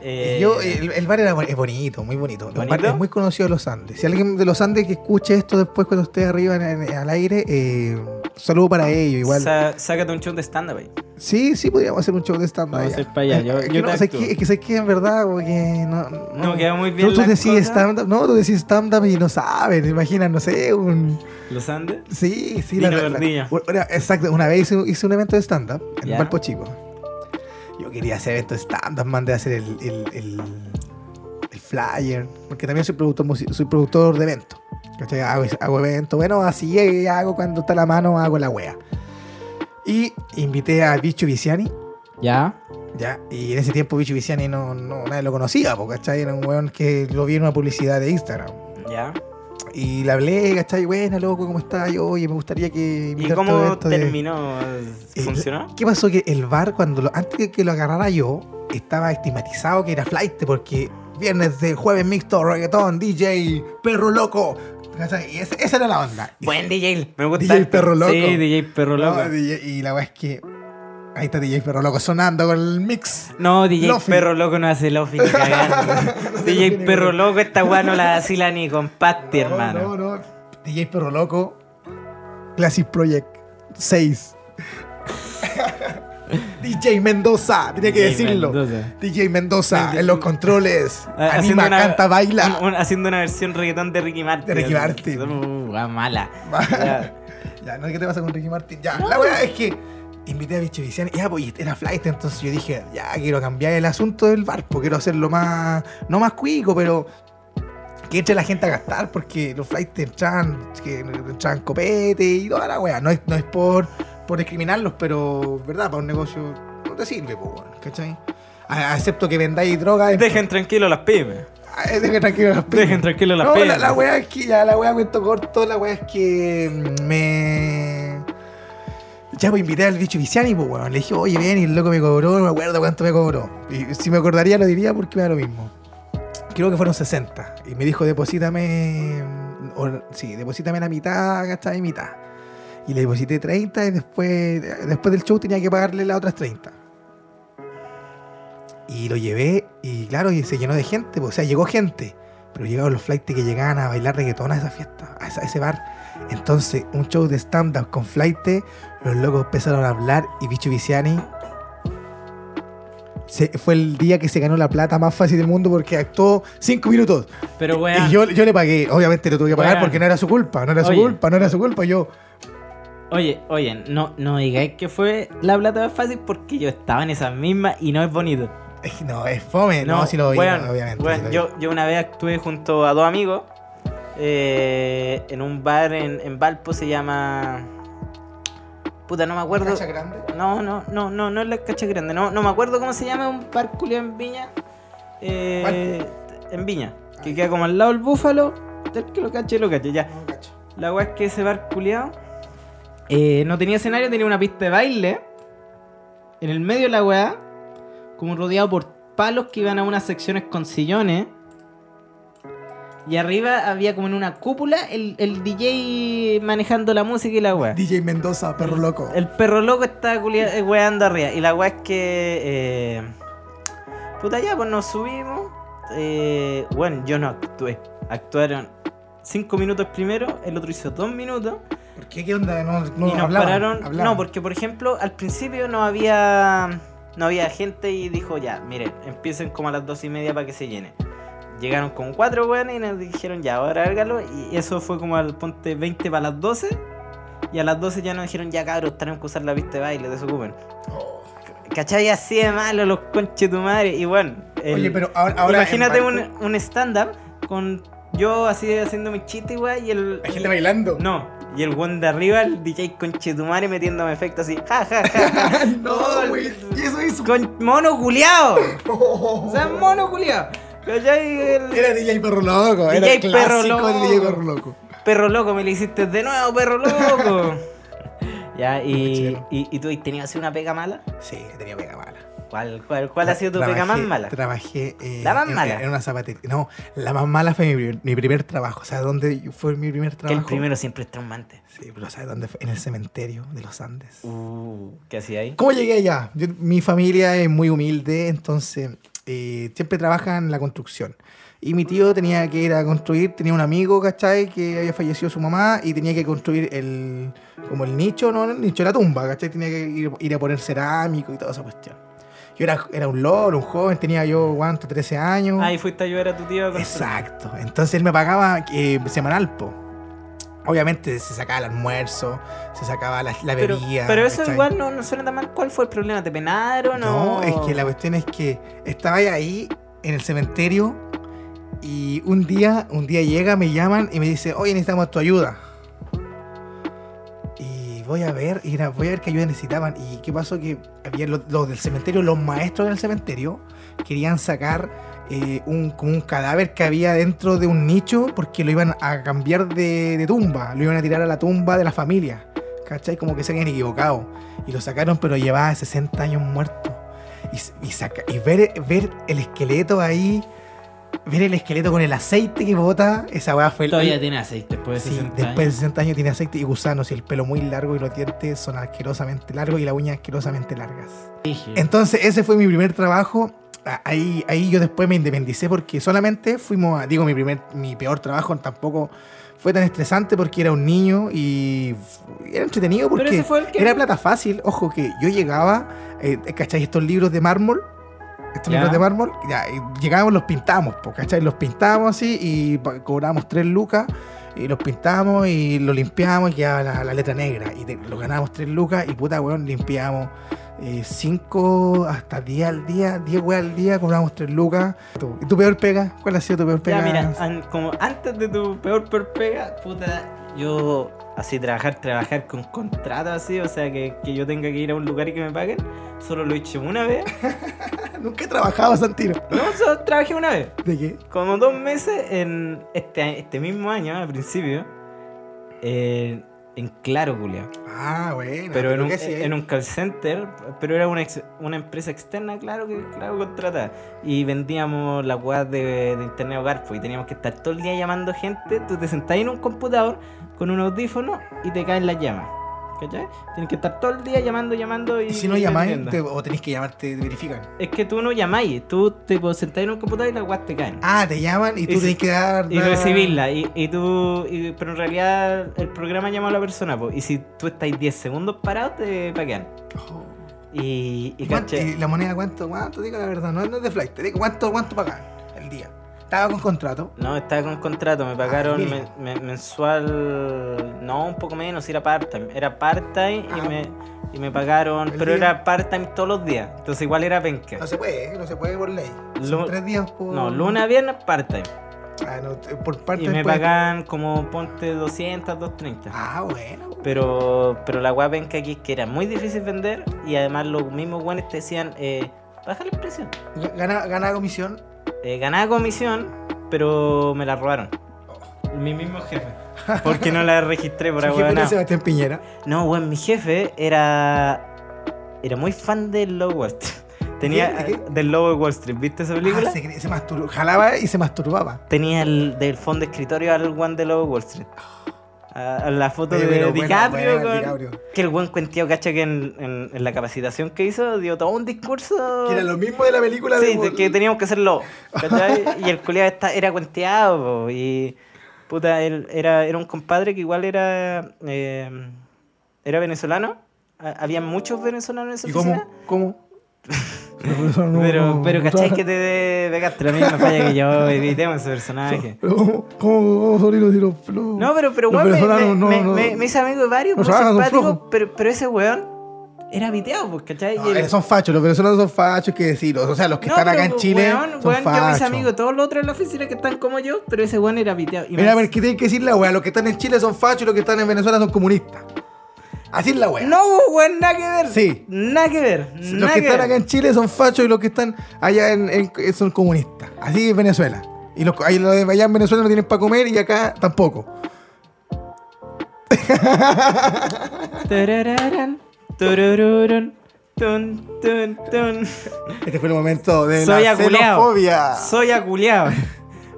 Speaker 2: Eh,
Speaker 1: Yo, el, el bar era, bu- es bonito, muy bonito. Es un bar-
Speaker 2: ¿Bonito?
Speaker 1: es muy conocido de los Andes. Si alguien de los Andes que escuche esto después cuando esté arriba en- en- al aire, eh, saludo para ellos. Igual.
Speaker 2: sa- sácate un show de stand-up ahí.
Speaker 1: Sí, sí, podríamos hacer un show de stand
Speaker 2: Vamos a hacer para allá, yo-
Speaker 1: es,
Speaker 2: yo
Speaker 1: que no,
Speaker 2: te
Speaker 1: es,
Speaker 2: actúo.
Speaker 1: que, es que sabes que en verdad, como que no.
Speaker 2: No, queda muy bien
Speaker 1: Tú, tú
Speaker 2: las
Speaker 1: decís
Speaker 2: cosas.
Speaker 1: stand-up, no, tú decís stand-up y no saben. Imagina, no sé, un.
Speaker 2: Los Andes.
Speaker 1: Sí, sí,
Speaker 2: Dino Gordillo.
Speaker 1: una- exacto, una vez hice, hice un evento de stand-up en
Speaker 2: Ya.
Speaker 1: Valpo Chico. Yo quería hacer evento de stand-up, mandé a hacer el, el, el, el flyer, porque también soy productor, musi- soy productor de eventos. ¿cachai? Hago, hago eventos, bueno, así eh, hago cuando está la mano, hago la wea. Y invité a Bicho Viciani,
Speaker 2: Ya.
Speaker 1: ya, y en ese tiempo Bicho Viciani no, no- nadie lo conocía, po, ¿cachai? Era un weón que lo vi en una publicidad de Instagram.
Speaker 2: Ya.
Speaker 1: Y le hablé, ¿cachai? Buena, loco, ¿cómo estás? Yo, Oye, me gustaría que...
Speaker 2: ¿Y
Speaker 1: invitarte a un
Speaker 2: cómo
Speaker 1: evento de-
Speaker 2: terminó?
Speaker 1: Eh,
Speaker 2: ¿Funcionó?
Speaker 1: ¿Qué pasó? Que el bar, cuando lo- antes de que lo agarrara yo, estaba estigmatizado que era flight, porque viernes de jueves mixto, reggaetón, DJ, perro loco, ¿Cachai? Y es- esa era la onda. Y
Speaker 2: Buen DJ. Me gusta.
Speaker 1: DJ
Speaker 2: harto.
Speaker 1: eh, Perro Loco.
Speaker 2: Sí, DJ Perro
Speaker 1: No,
Speaker 2: Loco.
Speaker 1: DJ y la weá es que. Ahí está DJ Perro Loco sonando con el
Speaker 2: [LAUGHS]
Speaker 1: mix.
Speaker 2: No, DJ
Speaker 1: Lofi.
Speaker 2: Perro Loco no hace
Speaker 1: [LAUGHS]
Speaker 2: Lofi ni cagando.
Speaker 1: Lofi
Speaker 2: DJ
Speaker 1: ni
Speaker 2: Perro
Speaker 1: cagando.
Speaker 2: Loco, esta weá no la asila ni con Patti,
Speaker 1: No,
Speaker 2: hermano.
Speaker 1: Oh, No, no. DJ Perro Loco. Classic Project
Speaker 2: [LAUGHS]
Speaker 1: 6. DJ Mendoza, tenía que
Speaker 2: DJ
Speaker 1: decirlo.
Speaker 2: Mendoza.
Speaker 1: DJ Mendoza en los controles.
Speaker 2: Ah,
Speaker 1: Anima, canta, baila.
Speaker 2: un- un- haciendo una versión reggaetón de Ricky Martin.
Speaker 1: De Ricky Martin.
Speaker 2: Uh, weá mala.
Speaker 1: Va. [LAUGHS]
Speaker 2: Ya.
Speaker 1: Ya, no sé qué te pasa con Ricky Martin. Ya, la weá es que invité a Vichoviciani. Ya, pues y era flight, entonces yo dije, ya, quiero cambiar el asunto del bar, porque quiero hacerlo más, no más cuico, pero que entre la gente a gastar, porque los flights entran, que entran copete y toda la weá. No es, no es por, por discriminarlos, pero, ¿verdad? Para un negocio no te sirve, pues, weón, ¿cachai? A- Acepto que vendáis droga. en-
Speaker 2: Dejen tranquilo a las pymes.
Speaker 1: Ah, Dejen tranquilo las penas.
Speaker 2: Dejen tranquilo las
Speaker 1: no,
Speaker 2: penas.
Speaker 1: La, la wea es que, ya, la wea cuento corto, la wea es que mm, me. Ya, pues invité al bicho Viciani, pues weón. Le dije, oye, ven, y el loco me cobró, no me acuerdo cuánto me cobró. Y si me acordaría, lo diría porque me da lo mismo. Creo que fueron 60. Y me dijo, deposítame. mm, o- sí, deposítame la mitad, ¿cachai? Mitad. Y le deposité 30 y después, después del show tenía que pagarle las otras 30. Y lo llevé y claro, y se llenó de gente, pues, o sea, llegó gente, pero llegaron los flights que llegaban a bailar reggaetón a esa fiesta, a, esa- a ese bar. Entonces, un show de stand-up con flight, los locos empezaron a hablar y Bicho Viciani se- fue el día que se ganó la plata más fácil del mundo porque actuó cinco minutos.
Speaker 2: Pero
Speaker 1: Y
Speaker 2: weón,
Speaker 1: yo, yo le pagué, obviamente lo tuve que pagar
Speaker 2: Weón.
Speaker 1: porque no era su culpa, no era su
Speaker 2: Oye.
Speaker 1: culpa, no era su culpa. Yo,
Speaker 2: oye, oye, no, no digáis que fue la plata más fácil porque yo estaba en esas mismas y no es bonito.
Speaker 1: eh, no, es fome, no, si lo vi,
Speaker 2: weón,
Speaker 1: obviamente.
Speaker 2: weón,
Speaker 1: sí lo vi.
Speaker 2: yo, yo una vez actué junto a dos amigos eh, en un bar en, en Valpo, se llama... Puta, no me acuerdo.
Speaker 1: ¿Cacha grande?
Speaker 2: No, no, no, no, no es la cacha grande. No, no me acuerdo cómo se llama un bar culiao en Viña. Eh, en Viña.
Speaker 1: Ah,
Speaker 2: Que queda como al lado del búfalo. Tal que lo caché, lo caché, ya.
Speaker 1: No, cacho.
Speaker 2: La weá es que ese bar culiao eh, no tenía escenario, tenía una pista de baile. En el medio de la weá, como rodeado por palos que iban a unas secciones con sillones. Y arriba había como en una cúpula el, el DJ manejando la música y la weá.
Speaker 1: DJ Mendoza, perro loco.
Speaker 2: El perro loco está culia- eh, weando arriba. Y la weá es que. eh, puta, ya, pues nos subimos. Eh, bueno, yo no actué. Actuaron cinco minutos primero, el otro hizo dos minutos.
Speaker 1: ¿Por qué? ¿Qué onda? No, no
Speaker 2: y nos
Speaker 1: hablaban,
Speaker 2: pararon.
Speaker 1: hablaban.
Speaker 2: No, porque por ejemplo, al principio no había. No había gente y dijo, ya, miren, empiecen como a las dos y media para que se llene. Llegaron con cuatro weones y nos dijeron, ya, ahora hágalo. Y eso fue como al ponte 20 para las 12. Y a las 12 ya nos dijeron, ya cabros, tenemos que usar la pista de baile, desocupen.
Speaker 1: Oh.
Speaker 2: ¿Cachai? Así de malo los conches tu madre. Y bueno, el-
Speaker 1: Oye, pero ahora. ahora
Speaker 2: imagínate
Speaker 1: en
Speaker 2: un,
Speaker 1: Valpo,
Speaker 2: un stand-up con yo así haciendo mi chiste, weón, y el.
Speaker 1: Hay gente bailando. [LAUGHS]
Speaker 2: No, y el one de arriba, el DJ conchetumare metiéndome efecto así. Ja, ja, [LAUGHS] ja. ja. Oh, el-
Speaker 1: güey. Y eso hizo.
Speaker 2: Con mono culiao. O
Speaker 1: Oh.
Speaker 2: sea, mono culiao. ¿Cachai? El
Speaker 1: Era DJ Perro Loco. Era
Speaker 2: DJ
Speaker 1: el clásico
Speaker 2: Perro Loco.
Speaker 1: de DJ Perro Loco.
Speaker 2: Perro loco, me lo hiciste de nuevo, perro loco. [LAUGHS] ya,
Speaker 1: Muy
Speaker 2: y,
Speaker 1: chileno.
Speaker 2: y, y tú has tenido así una pega mala.
Speaker 1: Sí, tenía pega mala.
Speaker 2: ¿Cuál, cuál, cuál ha sido tu pega más
Speaker 1: Trabajé-
Speaker 2: mala?
Speaker 1: Trabajé. eh,
Speaker 2: ¿La más
Speaker 1: en-
Speaker 2: mala?
Speaker 1: En una zapatería. No, la más mala fue mi primer, mi primer trabajo. ¿Sabes dónde fue mi primer
Speaker 2: Que
Speaker 1: trabajo?
Speaker 2: el primero siempre es traumante.
Speaker 1: Sí, pero ¿sabes dónde fue? En el cementerio de los Andes.
Speaker 2: Uh, ¿qué hacía ahí?
Speaker 1: ¿Cómo llegué allá? Yo- mi familia es muy humilde, entonces eh, siempre trabaja en la construcción. Y mi tío tenía que ir a construir, tenía un amigo, ¿cachai? Que había fallecido su mamá y tenía que construir el, como el nicho, no, no el nicho, la tumba, ¿cachai? Tenía que ir, ir a poner cerámico y toda esa cuestión. Yo era, era un loro, un joven, tenía yo, ¿cuánto? 13 años.
Speaker 2: Ahí fuiste a ayudar a tu tío. a construir.
Speaker 1: Exacto. Entonces él me pagaba eh, semanal, po. Obviamente se sacaba el almuerzo, se sacaba la, la
Speaker 2: Pero,
Speaker 1: bebida.
Speaker 2: pero eso
Speaker 1: ¿cachai?
Speaker 2: igual no, no suena tan mal. ¿Cuál fue el problema? ¿Te penaron
Speaker 1: No,
Speaker 2: o
Speaker 1: es que la cuestión es que estaba ahí en el cementerio y un día, un día llega, me llaman y me dice, oye, necesitamos tu ayuda. Y voy a ver, y era, voy a ver qué ayuda necesitaban. Y qué pasó que había los, los del cementerio, los maestros del cementerio, querían sacar eh, un, como un cadáver que había dentro de un nicho porque lo iban a cambiar de, de tumba, lo iban a tirar a la tumba de la familia. ¿Cachai? Como que se habían equivocado. Y lo sacaron, pero llevaba 60 años muerto. Y, s- y saca- y ver, ver el esqueleto ahí Ver el esqueleto con el aceite que bota, esa weá fue el.
Speaker 2: Todavía tiene aceite después de
Speaker 1: Sí,
Speaker 2: 60
Speaker 1: después de
Speaker 2: años.
Speaker 1: 60 años tiene aceite y gusanos y el pelo muy largo y los dientes son asquerosamente largos y las uñas asquerosamente largas.
Speaker 2: Brígido.
Speaker 1: Entonces ese fue mi primer trabajo. A- Ahí, ahí yo después me independicé porque solamente fuimos a, digo, mi primer, mi peor trabajo tampoco fue tan estresante porque era un niño y f- era entretenido
Speaker 2: Pero ese
Speaker 1: porque
Speaker 2: fue el que.
Speaker 1: era plata fácil. Ojo que yo llegaba, eh, ¿cachai? Estos libros de mármol. Estos
Speaker 2: Ya.
Speaker 1: libros de mármol, ya, y llegábamos, los pintábamos, po, ¿cachai? Los pintábamos así y pa- cobrábamos tres lucas y los pintábamos y los limpiábamos y quedaba la, la letra negra. Y te- los ganábamos tres lucas y puta weón, limpiábamos eh, cinco hasta diez al día, diez weas al día, cobrábamos tres lucas. ¿Y tu peor pega? ¿Cuál ha sido tu peor pega?
Speaker 2: Ya, mira, an- como antes de tu peor, peor pega, puta, yo así trabajar, trabajar con contrato así, o sea, que, que yo tenga que ir a un lugar y que me paguen, solo lo he hecho una vez.
Speaker 1: [LAUGHS] Nunca he trabajado, Santino.
Speaker 2: No, [LAUGHS] solo trabajé una vez.
Speaker 1: ¿De qué?
Speaker 2: Como dos meses en este, este mismo año, al principio, eh, en Claro, Julia.
Speaker 1: Ah, bueno.
Speaker 2: Pero en un, eh,
Speaker 1: ¿qué hacía ahí?
Speaker 2: en un call center, pero era una, ex- una empresa externa, claro que claro contratada. Y vendíamos las weas de, de internet hogar, pues, y teníamos que estar todo el día llamando gente. Tú te sentás en un computador con un audífono y te caen las llamas. ¿Cachai? Tienes que estar todo el día llamando, llamando. Y,
Speaker 1: Y si no llamáis,
Speaker 2: vendiendo.
Speaker 1: te- o tenéis que llamarte, te verifican.
Speaker 2: Es que tú no llamáis, tú te sentás en un computador y las weas te caen.
Speaker 1: Ah, te llaman y tú
Speaker 2: Y si-
Speaker 1: tenés que dar.
Speaker 2: Y
Speaker 1: dar-
Speaker 2: recibirla, y, y tú. y- pero en realidad el programa llama a la persona, pues, y si tú estás 10 segundos parado, te paquean.
Speaker 1: Oh.
Speaker 2: Y, y
Speaker 1: ¿Y cuánto-
Speaker 2: caché.
Speaker 1: y la moneda cuánto? ¿Cuánto? Digo la verdad, no, no es de flight. Te digo cuánto, cuánto pagan el día. Estaba con contrato.
Speaker 2: No, estaba con contrato, me pagaron
Speaker 1: Ah, mira.
Speaker 2: men- men- mensual, no, un poco menos, era part-time, era part-time
Speaker 1: Ah.
Speaker 2: y, me, y me pagaron,
Speaker 1: El día.
Speaker 2: pero era part-time todos los días, entonces igual era penca.
Speaker 1: No se puede, ¿eh? no se puede por ley. Son
Speaker 2: Lu-
Speaker 1: tres días por.
Speaker 2: No, lunes a viernes part-time,
Speaker 1: Ah, no, t- por parte
Speaker 2: y me
Speaker 1: puede-
Speaker 2: pagaban como, ponte, 200, 230.
Speaker 1: Ah, bueno.
Speaker 2: Pero, pero la guapa penca aquí es que era muy difícil vender y además los mismos guanes te decían, eh, bájale el precio.
Speaker 1: Gana, gana comisión.
Speaker 2: Eh, ganaba comisión, pero me la robaron. Mi mismo jefe. Porque no la
Speaker 1: [LAUGHS]
Speaker 2: registré por
Speaker 1: Su jefe
Speaker 2: agua.
Speaker 1: era Sebastián Piñera.
Speaker 2: No, weón, mi jefe era. Era muy fan del Lobo Wall Street. Tenía.
Speaker 1: ¿De qué?
Speaker 2: Del Lobo de Wall Street, ¿viste esa película?
Speaker 1: Ah, se, se mastur- Jalaba y se masturbaba.
Speaker 2: Tenía el, del fondo de escritorio al weón del Lobo de Wall Street. A, a la foto
Speaker 1: Oye,
Speaker 2: de
Speaker 1: pero bueno,
Speaker 2: DiCaprio.
Speaker 1: bueno,
Speaker 2: con-
Speaker 1: DiCaprio.
Speaker 2: Que el buen cuenteado, cacha, que en, en- en la capacitación que hizo dio todo un discurso.
Speaker 1: Que era lo mismo de la película
Speaker 2: Sí,
Speaker 1: de.
Speaker 2: de que teníamos que hacerlo. ¿cachai? y el culiado está, era cuenteado, po, y puta, él era, era un compadre que igual era eh, era venezolano. Ha- Había muchos venezolanos en esa
Speaker 1: ¿Y
Speaker 2: oficina.
Speaker 1: cómo? ¿Cómo? No, no,
Speaker 2: Pero, pero
Speaker 1: no,
Speaker 2: ¿cachai?
Speaker 1: no.
Speaker 2: Que te pegaste la misma falla
Speaker 1: [LAUGHS]
Speaker 2: que yo evitemos ese personaje.
Speaker 1: Pero [LAUGHS] ¿Cómo, cómo, cómo son los, los, los-
Speaker 2: No, pero, pero
Speaker 1: los
Speaker 2: weón, me,
Speaker 1: venezolanos?
Speaker 2: me,
Speaker 1: No,
Speaker 2: me-
Speaker 1: no.
Speaker 2: me- me hice amigo de varios,
Speaker 1: No
Speaker 2: muy
Speaker 1: trabajan, son
Speaker 2: simpáticos,
Speaker 1: flojos.
Speaker 2: pero, pero ese weón era viteado, pues, ¿cachai?
Speaker 1: No,
Speaker 2: Y el-
Speaker 1: eh, son fachos, los venezolanos son fachos, que decirlo. O sea, los que
Speaker 2: No,
Speaker 1: están acá
Speaker 2: pero,
Speaker 1: en Chile
Speaker 2: weón,
Speaker 1: son
Speaker 2: weón, yo mis
Speaker 1: fachos.
Speaker 2: amigos, todos los otros en la oficina que están como yo, pero ese weón era piteado. Y
Speaker 1: Mira, a
Speaker 2: me-
Speaker 1: ver, ¿qué tienen que decir la wea? Los que están en Chile son fachos y los que están en Venezuela son comunistas. Así es la wea.
Speaker 2: No, weón, nada que ver.
Speaker 1: Sí.
Speaker 2: Nada que ver.
Speaker 1: los
Speaker 2: Nada
Speaker 1: que
Speaker 2: que,
Speaker 1: están
Speaker 2: ver.
Speaker 1: acá en Chile son fachos y los que están allá en, en- son comunistas. Así es Venezuela. Y los, ahí los de allá en Venezuela no tienen para comer y acá tampoco.
Speaker 2: Tarararán, turururun, tun, tun, tun.
Speaker 1: Este fue el momento de
Speaker 2: Soy
Speaker 1: la
Speaker 2: aculeado.
Speaker 1: xenofobia.
Speaker 2: Soy aculeado.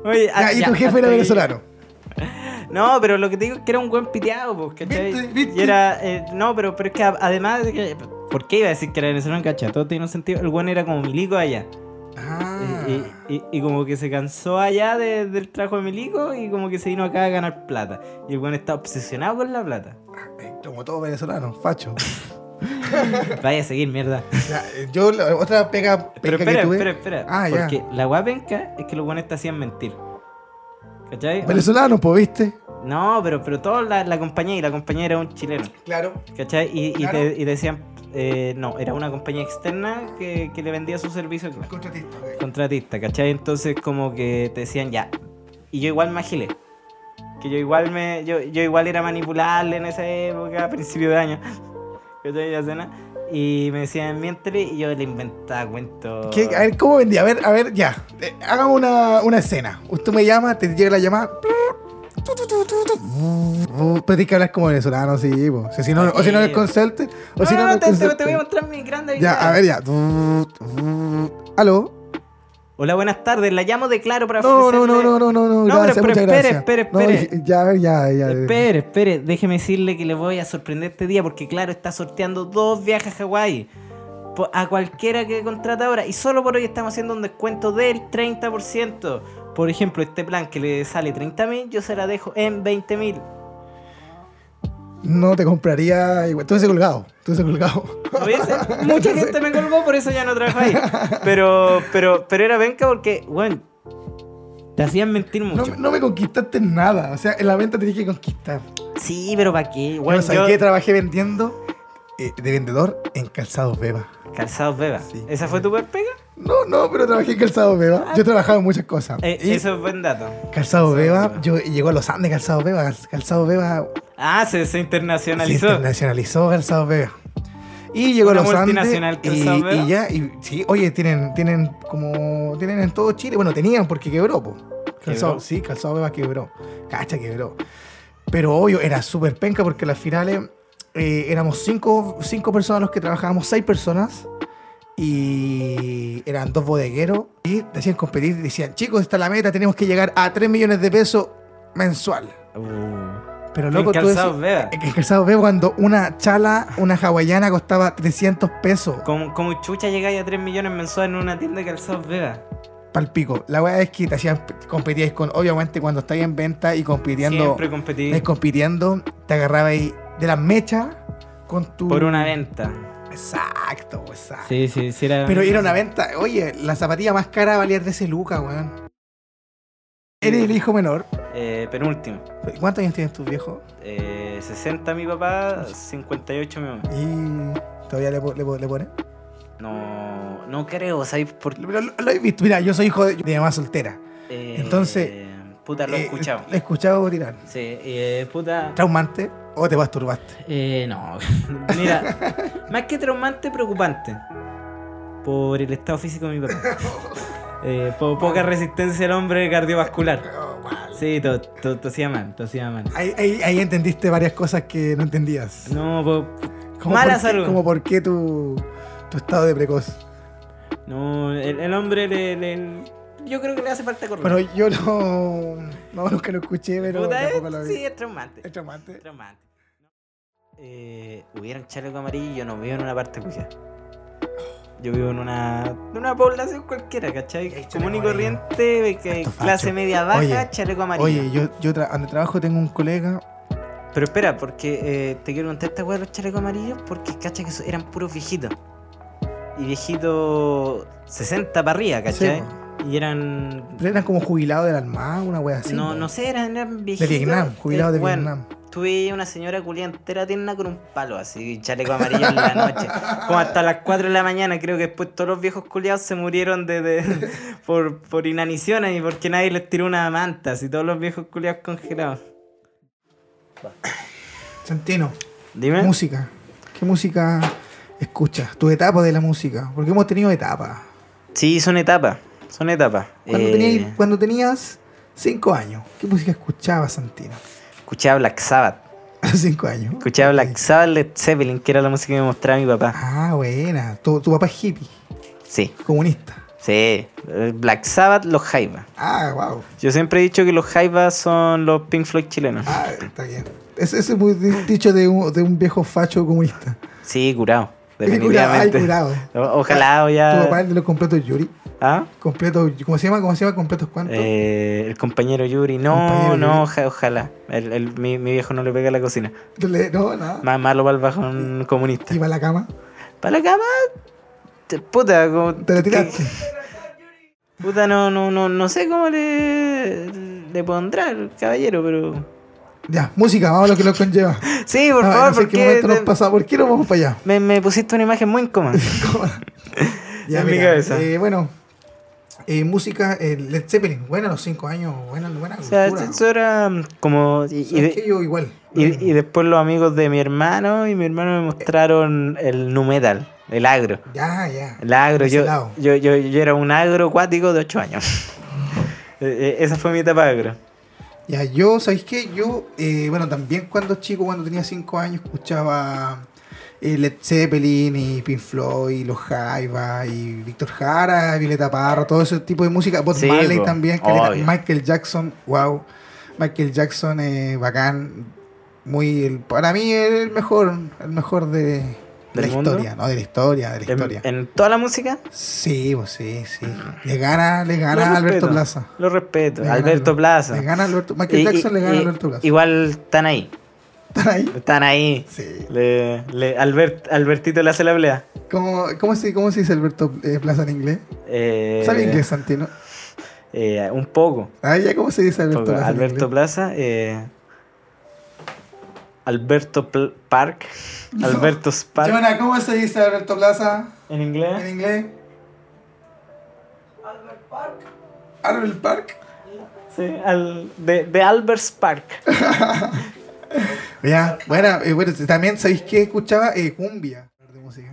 Speaker 2: Oye, ah,
Speaker 1: Ya, y
Speaker 2: ya,
Speaker 1: tu jefe
Speaker 2: hasta [LAUGHS]
Speaker 1: era
Speaker 2: ahí.
Speaker 1: venezolano.
Speaker 2: No, pero lo que te digo es que era un buen piteado, pues, ¿cachai?
Speaker 1: Viste, viste.
Speaker 2: Y era. eh, no, pero, pero es que a- además. de que- ¿Por qué iba a decir que era venezolano, cachai? Todo tiene un sentido. El weón era como milico allá.
Speaker 1: Ah.
Speaker 2: Y, y- y- y como que se cansó allá de- del trabajo de Milico y como que se vino acá a ganar plata. Y el weón está obsesionado con la plata.
Speaker 1: Eh, Como todos venezolanos, fachos.
Speaker 2: Vaya a seguir, mierda.
Speaker 1: Ya, eh, yo, la- otra pega, pega
Speaker 2: Pero
Speaker 1: que
Speaker 2: espera,
Speaker 1: tuve.
Speaker 2: espera, espera.
Speaker 1: Ah, ya.
Speaker 2: porque la guapenca es que los weones te hacían mentir. ¿Cachai?
Speaker 1: Venezolano, pues, ¿viste?
Speaker 2: No, pero, pero toda la, la compañía y la compañía era un chileno.
Speaker 1: Claro.
Speaker 2: ¿Cachai? Y, y
Speaker 1: Claro.
Speaker 2: te, y decían, eh, no, era una compañía externa que, que le vendía su servicio. claro.
Speaker 1: Contratista,
Speaker 2: contratista, ¿cachai? Entonces como que te decían ya. Y yo igual me agilé. Que yo igual me. Yo, yo igual era manipulable en esa época, a principio de año. [LAUGHS] ¿Cachai? Ya sé, ¿no? Y me decían mientras y yo le inventaba cuentos.
Speaker 1: ¿Qué? A ver, ¿cómo vendía? A ver, a ver, ya. Eh, hagamos una, una escena. Usted me llama, te llega la llamada. Tu, tu, tu, tu, tu. Pero tienes que hablar como venezolano, sí, po. O sea, si no, o si no eres consulte. O
Speaker 2: No,
Speaker 1: si
Speaker 2: no,
Speaker 1: no,
Speaker 2: no,
Speaker 1: eres
Speaker 2: te, te- te
Speaker 1: consulte.
Speaker 2: voy a mostrar mi grande
Speaker 1: Ya, a ver, ya. Aló.
Speaker 2: Hola, buenas tardes. La llamo de claro [LAUGHS] para
Speaker 1: No, no, no,
Speaker 2: ofrecerle-
Speaker 1: no, no, no, no,
Speaker 2: No,
Speaker 1: gracias,
Speaker 2: pero- pero
Speaker 1: muchas
Speaker 2: espere,
Speaker 1: gracias.
Speaker 2: espere,
Speaker 1: No,
Speaker 2: espere.
Speaker 1: y- ya, ya, ya.
Speaker 2: Espere, espere, déjeme decirle que le voy a sorprender este día porque claro, está sorteando dos viajes a Hawái po- a cualquiera que contrate ahora y solo por hoy estamos haciendo un descuento del 30%. Por ejemplo, este plan que le sale 30 mil, yo se la dejo en 20 mil.
Speaker 1: No te compraría igual. Tú ese colgado, tú ese colgado. [LAUGHS]
Speaker 2: Mucha gente me colgó, por eso ya no trabajo ahí. Pero, pero, pero era venca porque, bueno, te hacían mentir
Speaker 1: No,
Speaker 2: mucho.
Speaker 1: me- no me conquistaste nada. O sea, en la venta tenés que conquistar.
Speaker 2: Sí, pero ¿para qué?
Speaker 1: Bueno,
Speaker 2: Bueno,
Speaker 1: ¿sabes qué? Trabajé vendiendo eh, de vendedor en calzados beba.
Speaker 2: Calzados Beba.
Speaker 1: Sí.
Speaker 2: ¿Esa fue tu peor pega?
Speaker 1: No, no, pero trabajé en calzados beba. Yo he trabajado en muchas cosas.
Speaker 2: Eh,
Speaker 1: Y
Speaker 2: Eso es buen dato.
Speaker 1: Calzado Beba,
Speaker 2: Beba.
Speaker 1: yo llegó a los Andes Calzado Beba, Calzado Beba
Speaker 2: Ah, se, se internacionalizó.
Speaker 1: Se internacionalizó Calzado Beba. Y llegó
Speaker 2: Una
Speaker 1: a Los Andes
Speaker 2: multinacional,
Speaker 1: y,
Speaker 2: Calzado Beba.
Speaker 1: y ya, y sí, oye, tienen, tienen como, tienen en todo Chile, bueno, tenían porque quebró, po. Calzado,
Speaker 2: ¿Quebró?
Speaker 1: sí, Calzado Beba quebró, cacha quebró. Pero obvio, era súper penca porque a las finales eh, éramos cinco, cinco personas los que trabajábamos, seis personas. Y eran dos bodegueros y decían competir, decían, chicos, esta es la meta, tenemos que llegar a 3 millones de pesos mensual.
Speaker 2: Uh,
Speaker 1: Pero loco, tú
Speaker 2: Calzados
Speaker 1: decís-
Speaker 2: Beba.
Speaker 1: es que el calzado veo cuando una chala, una hawaiana costaba 300 pesos.
Speaker 2: como, como chucha llegáis a 3 millones mensuales en una tienda de calzados Vega.
Speaker 1: Pal pico. La weá es que te hacían, competíais con, obviamente cuando estáis en venta y compitiendo,
Speaker 2: Siempre competí
Speaker 1: estáis compitiendo, te agarrabais de las mechas con tu...
Speaker 2: por una venta.
Speaker 1: Exacto, exacto.
Speaker 2: Sí, sí, sí era.
Speaker 1: Pero era una venta, oye, la zapatilla más cara valía 13 lucas, weón. Eres el hijo menor.
Speaker 2: Eh, penúltimo.
Speaker 1: ¿Cuántos años tienes tu viejo?
Speaker 2: Eh, 60 mi papá, 58 mi mamá.
Speaker 1: Y todavía le, po- le, po- le pone.
Speaker 2: No, no creo, ¿sabéis por qué?
Speaker 1: Lo, lo- lo he visto. Mira, yo soy hijo de, de mamá soltera.
Speaker 2: Eh,
Speaker 1: Entonces,
Speaker 2: Puta, lo he
Speaker 1: Eh,
Speaker 2: escuchado.
Speaker 1: Lo he escuchado tirar.
Speaker 2: Sí, eh, puta.
Speaker 1: ¿Traumante o te masturbaste?
Speaker 2: Eh, no. [LAUGHS] Mira, más que traumante, preocupante. Por el estado físico de mi papá. Eh, po- poca resistencia al hombre cardiovascular. Sí, to- to- tosía mal, tosía mal.
Speaker 1: Ahí, ahí- ahí entendiste varias cosas que no entendías.
Speaker 2: No, po-
Speaker 1: Como
Speaker 2: Mala
Speaker 1: por qué-
Speaker 2: salud.
Speaker 1: Como por qué tu, tu estado de precoz.
Speaker 2: no el, el hombre le, le- Yo creo que le hace falta correr.
Speaker 1: Pero yo no, no nunca lo escuché, pero
Speaker 2: Puta,
Speaker 1: tampoco lo
Speaker 2: es-
Speaker 1: vi.
Speaker 2: Sí, es traumante.
Speaker 1: ¿Es traumante?
Speaker 2: Traumante. Eh, hubiera un chaleco amarillo, yo no vivo en una parte cuya. Yo vivo en una, en una población cualquiera, ¿cachai?
Speaker 1: Y hay chaleco
Speaker 2: Común y
Speaker 1: amarillo.
Speaker 2: corriente, que
Speaker 1: Harto facho.
Speaker 2: clase media baja,
Speaker 1: Oye,
Speaker 2: chaleco amarillo.
Speaker 1: Oye, yo, yo tra- donde trabajo tengo un colega.
Speaker 2: Pero espera, porque eh, te quiero contar esta weá de los chalecos amarillos, porque cacha que so- eran puros viejitos. Y viejitos 60 para arriba, ¿cachai?
Speaker 1: Sí, po.
Speaker 2: y eran.
Speaker 1: Pero eran como jubilado del Armada, una wea así.
Speaker 2: no,
Speaker 1: po.
Speaker 2: no sé, eran, eran
Speaker 1: De
Speaker 2: viejitos.
Speaker 1: Vietnam, jubilado
Speaker 2: eh,
Speaker 1: de
Speaker 2: bueno,
Speaker 1: Vietnam.
Speaker 2: Tuve una señora culia entera tierna con un palo así, y chaleco amarillo en la noche. Como hasta las 4 de la mañana, creo que después todos los viejos culiados se murieron de, de- [LAUGHS] por, por inaniciones y porque nadie les tiró una manta, así todos los viejos culiados congelados.
Speaker 1: Santino,
Speaker 2: Dime.
Speaker 1: música. ¿Qué música escuchas? Tu etapa de la música. Porque hemos tenido etapas.
Speaker 2: Sí, son etapas, son etapas.
Speaker 1: Cuando, pues.
Speaker 2: Eh,
Speaker 1: tenías, cuando tenías cinco años, ¿qué música escuchabas, Santino? [LAUGHS]
Speaker 2: Escuchaba Black Sabbath,
Speaker 1: A los cinco años.
Speaker 2: escuchaba Black Sabbath, Led Zeppelin, que era la música que me mostraba mi papá.
Speaker 1: Ah, buena. Tu, tu papá es hippie,
Speaker 2: Sí,
Speaker 1: comunista.
Speaker 2: sí, eh, Black Sabbath, los Jaivas.
Speaker 1: Ah, wow.
Speaker 2: Yo siempre he dicho que los Jaivas son los Pink Floyd chilenos.
Speaker 1: Ah, está bien. Ese ese es muy di- dicho de un, de un viejo facho comunista. [LAUGHS]
Speaker 2: Sí, curado,
Speaker 1: Curado, ay,
Speaker 2: definitivamente. Ah.
Speaker 1: curado. Ah,
Speaker 2: O- Ojalá o
Speaker 1: Tu papá
Speaker 2: ya.
Speaker 1: es de los completos Yuri.
Speaker 2: ¿Ah?
Speaker 1: Completo, ¿Cómo se llama? ¿Cómo se llama? ¿Completos cuántos?
Speaker 2: Eh, el compañero Yuri, no,
Speaker 1: Compañero
Speaker 2: no,
Speaker 1: Yuri.
Speaker 2: oja- ojalá. El- el- mi, mi viejo no le pega a la cocina.
Speaker 1: Le- No, nada.
Speaker 2: Más malo para el bajón comunista.
Speaker 1: Y va a la cama.
Speaker 2: Para la cama, te- puta, como-
Speaker 1: Te la
Speaker 2: Eh.
Speaker 1: tiraste.
Speaker 2: Puta, no, no, no, no sé cómo le, le pondrá el caballero, pero.
Speaker 1: Ya, música, vamos a lo que lo conlleva.
Speaker 2: Sí, [LAUGHS] por
Speaker 1: Ah,
Speaker 2: favor,
Speaker 1: no sé en qué
Speaker 2: porque
Speaker 1: momento nos
Speaker 2: te-
Speaker 1: pasa. ¿Por qué no vamos para allá?
Speaker 2: me, me pusiste una imagen
Speaker 1: [LAUGHS]
Speaker 2: muy incómoda. En mi cabeza.
Speaker 1: eh, bueno, eh, música, eh, Led Zeppelin, buena a los 5 años, buena, buena
Speaker 2: o sea,
Speaker 1: cultura.
Speaker 2: eso era como. Y, y de-
Speaker 1: ¿Sabes qué? yo igual.
Speaker 2: y- y después los amigos de mi hermano y mi hermano me mostraron el nu metal, el agro.
Speaker 1: Ya, ya.
Speaker 2: El agro,
Speaker 1: Ese
Speaker 2: yo,
Speaker 1: lado.
Speaker 2: yo, yo, yo era un agro acuático de
Speaker 1: [LAUGHS]
Speaker 2: 8 años. Eh, eh, Esa fue mi etapa agro.
Speaker 1: Ya, yo, ¿sabéis qué? Yo, eh, bueno, también cuando chico, cuando tenía 5 años, escuchaba eh, Led Zeppelin y Pink Floyd y los Jaivas y Víctor Jara, Violeta Parra, todo ese tipo de música. Bob
Speaker 3: Sí,
Speaker 1: Marley
Speaker 3: po,
Speaker 1: también, caleta.
Speaker 3: obvio.
Speaker 1: Michael Jackson, wow. Michael Jackson, eh, bacán. Muy, el- para mí, el mejor, el mejor de, de la
Speaker 2: ¿Del mundo? Em,
Speaker 1: historia, ¿no? De la historia, de la historia.
Speaker 2: ¿En, en toda la música?
Speaker 1: Sí, pues sí, sí.
Speaker 2: Mm.
Speaker 1: Le gana, le
Speaker 2: Lo
Speaker 1: gana a Alberto
Speaker 2: respeto,
Speaker 1: Plaza.
Speaker 2: Lo respeto.
Speaker 1: Le gana
Speaker 2: Alberto
Speaker 1: Alberto-
Speaker 2: Plaza.
Speaker 1: Le gana a Alberto, Michael
Speaker 2: Y-
Speaker 1: Jackson le
Speaker 2: y-
Speaker 1: gana a
Speaker 2: y-
Speaker 1: Alberto Plaza.
Speaker 2: Igual están ahí.
Speaker 1: ¿Están ahí?
Speaker 2: Están ahí.
Speaker 1: Sí.
Speaker 2: Le, le- Albert, Albertito le hace la pelea.
Speaker 1: ¿Cómo, cómo, se, ¿Cómo se dice Alberto eh, Plaza en inglés?
Speaker 2: Eh,
Speaker 1: ¿Sabe inglés, Santino?
Speaker 2: eh, un poco.
Speaker 1: Ah, ya, ¿cómo se dice Alberto
Speaker 2: Porque
Speaker 1: Plaza? en
Speaker 2: Pues, Alberto
Speaker 1: inglés?
Speaker 2: Plaza. eh, Alberto Pl- Park.
Speaker 1: No.
Speaker 2: Alberto Spark.
Speaker 1: Jonah, ¿cómo se dice Alberto Plaza
Speaker 2: ¿En
Speaker 1: en
Speaker 2: inglés?
Speaker 1: inglés? Albert Park. ¿Albert Park?
Speaker 2: Sí, al- de, de Albert Park.
Speaker 1: Ya, bueno, eh, bueno, también, ¿sabéis qué escuchaba? Eh, cumbia. De música.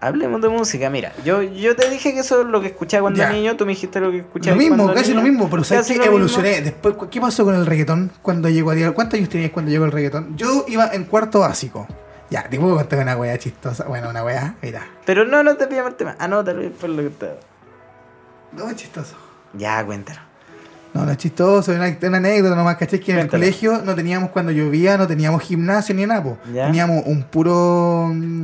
Speaker 2: Hablemos de música, mira. Yo, yo te dije que eso es lo que escuchaba cuando
Speaker 1: Ya.
Speaker 2: niño, tú me dijiste lo que
Speaker 1: Lo
Speaker 2: escuchaba
Speaker 1: mismo,
Speaker 2: cuando
Speaker 1: casi
Speaker 2: niño.
Speaker 1: lo mismo, pero ¿sabes
Speaker 2: Casi
Speaker 1: qué?
Speaker 2: lo
Speaker 1: Evolucioné. Después, ¿qué pasó con el reggaetón cuando llegó a día? ¿Cuántos años tenías cuando llegó el reggaetón? Yo iba en cuarto básico. Ya, te puedo contar una weá chistosa. Bueno, una weá, mira.
Speaker 2: mismo. Pero no, no te pido más tema. Anótalo por lo que te...
Speaker 1: No es chistoso.
Speaker 2: Ya, cuéntalo.
Speaker 1: No, no es chistoso, es una, una anécdota nomás, ¿cachai? Que en el
Speaker 2: Cuéntala.
Speaker 1: colegio no teníamos cuando llovía, no teníamos gimnasio ni nada, po.
Speaker 2: Ya.
Speaker 1: Teníamos un puro. mm,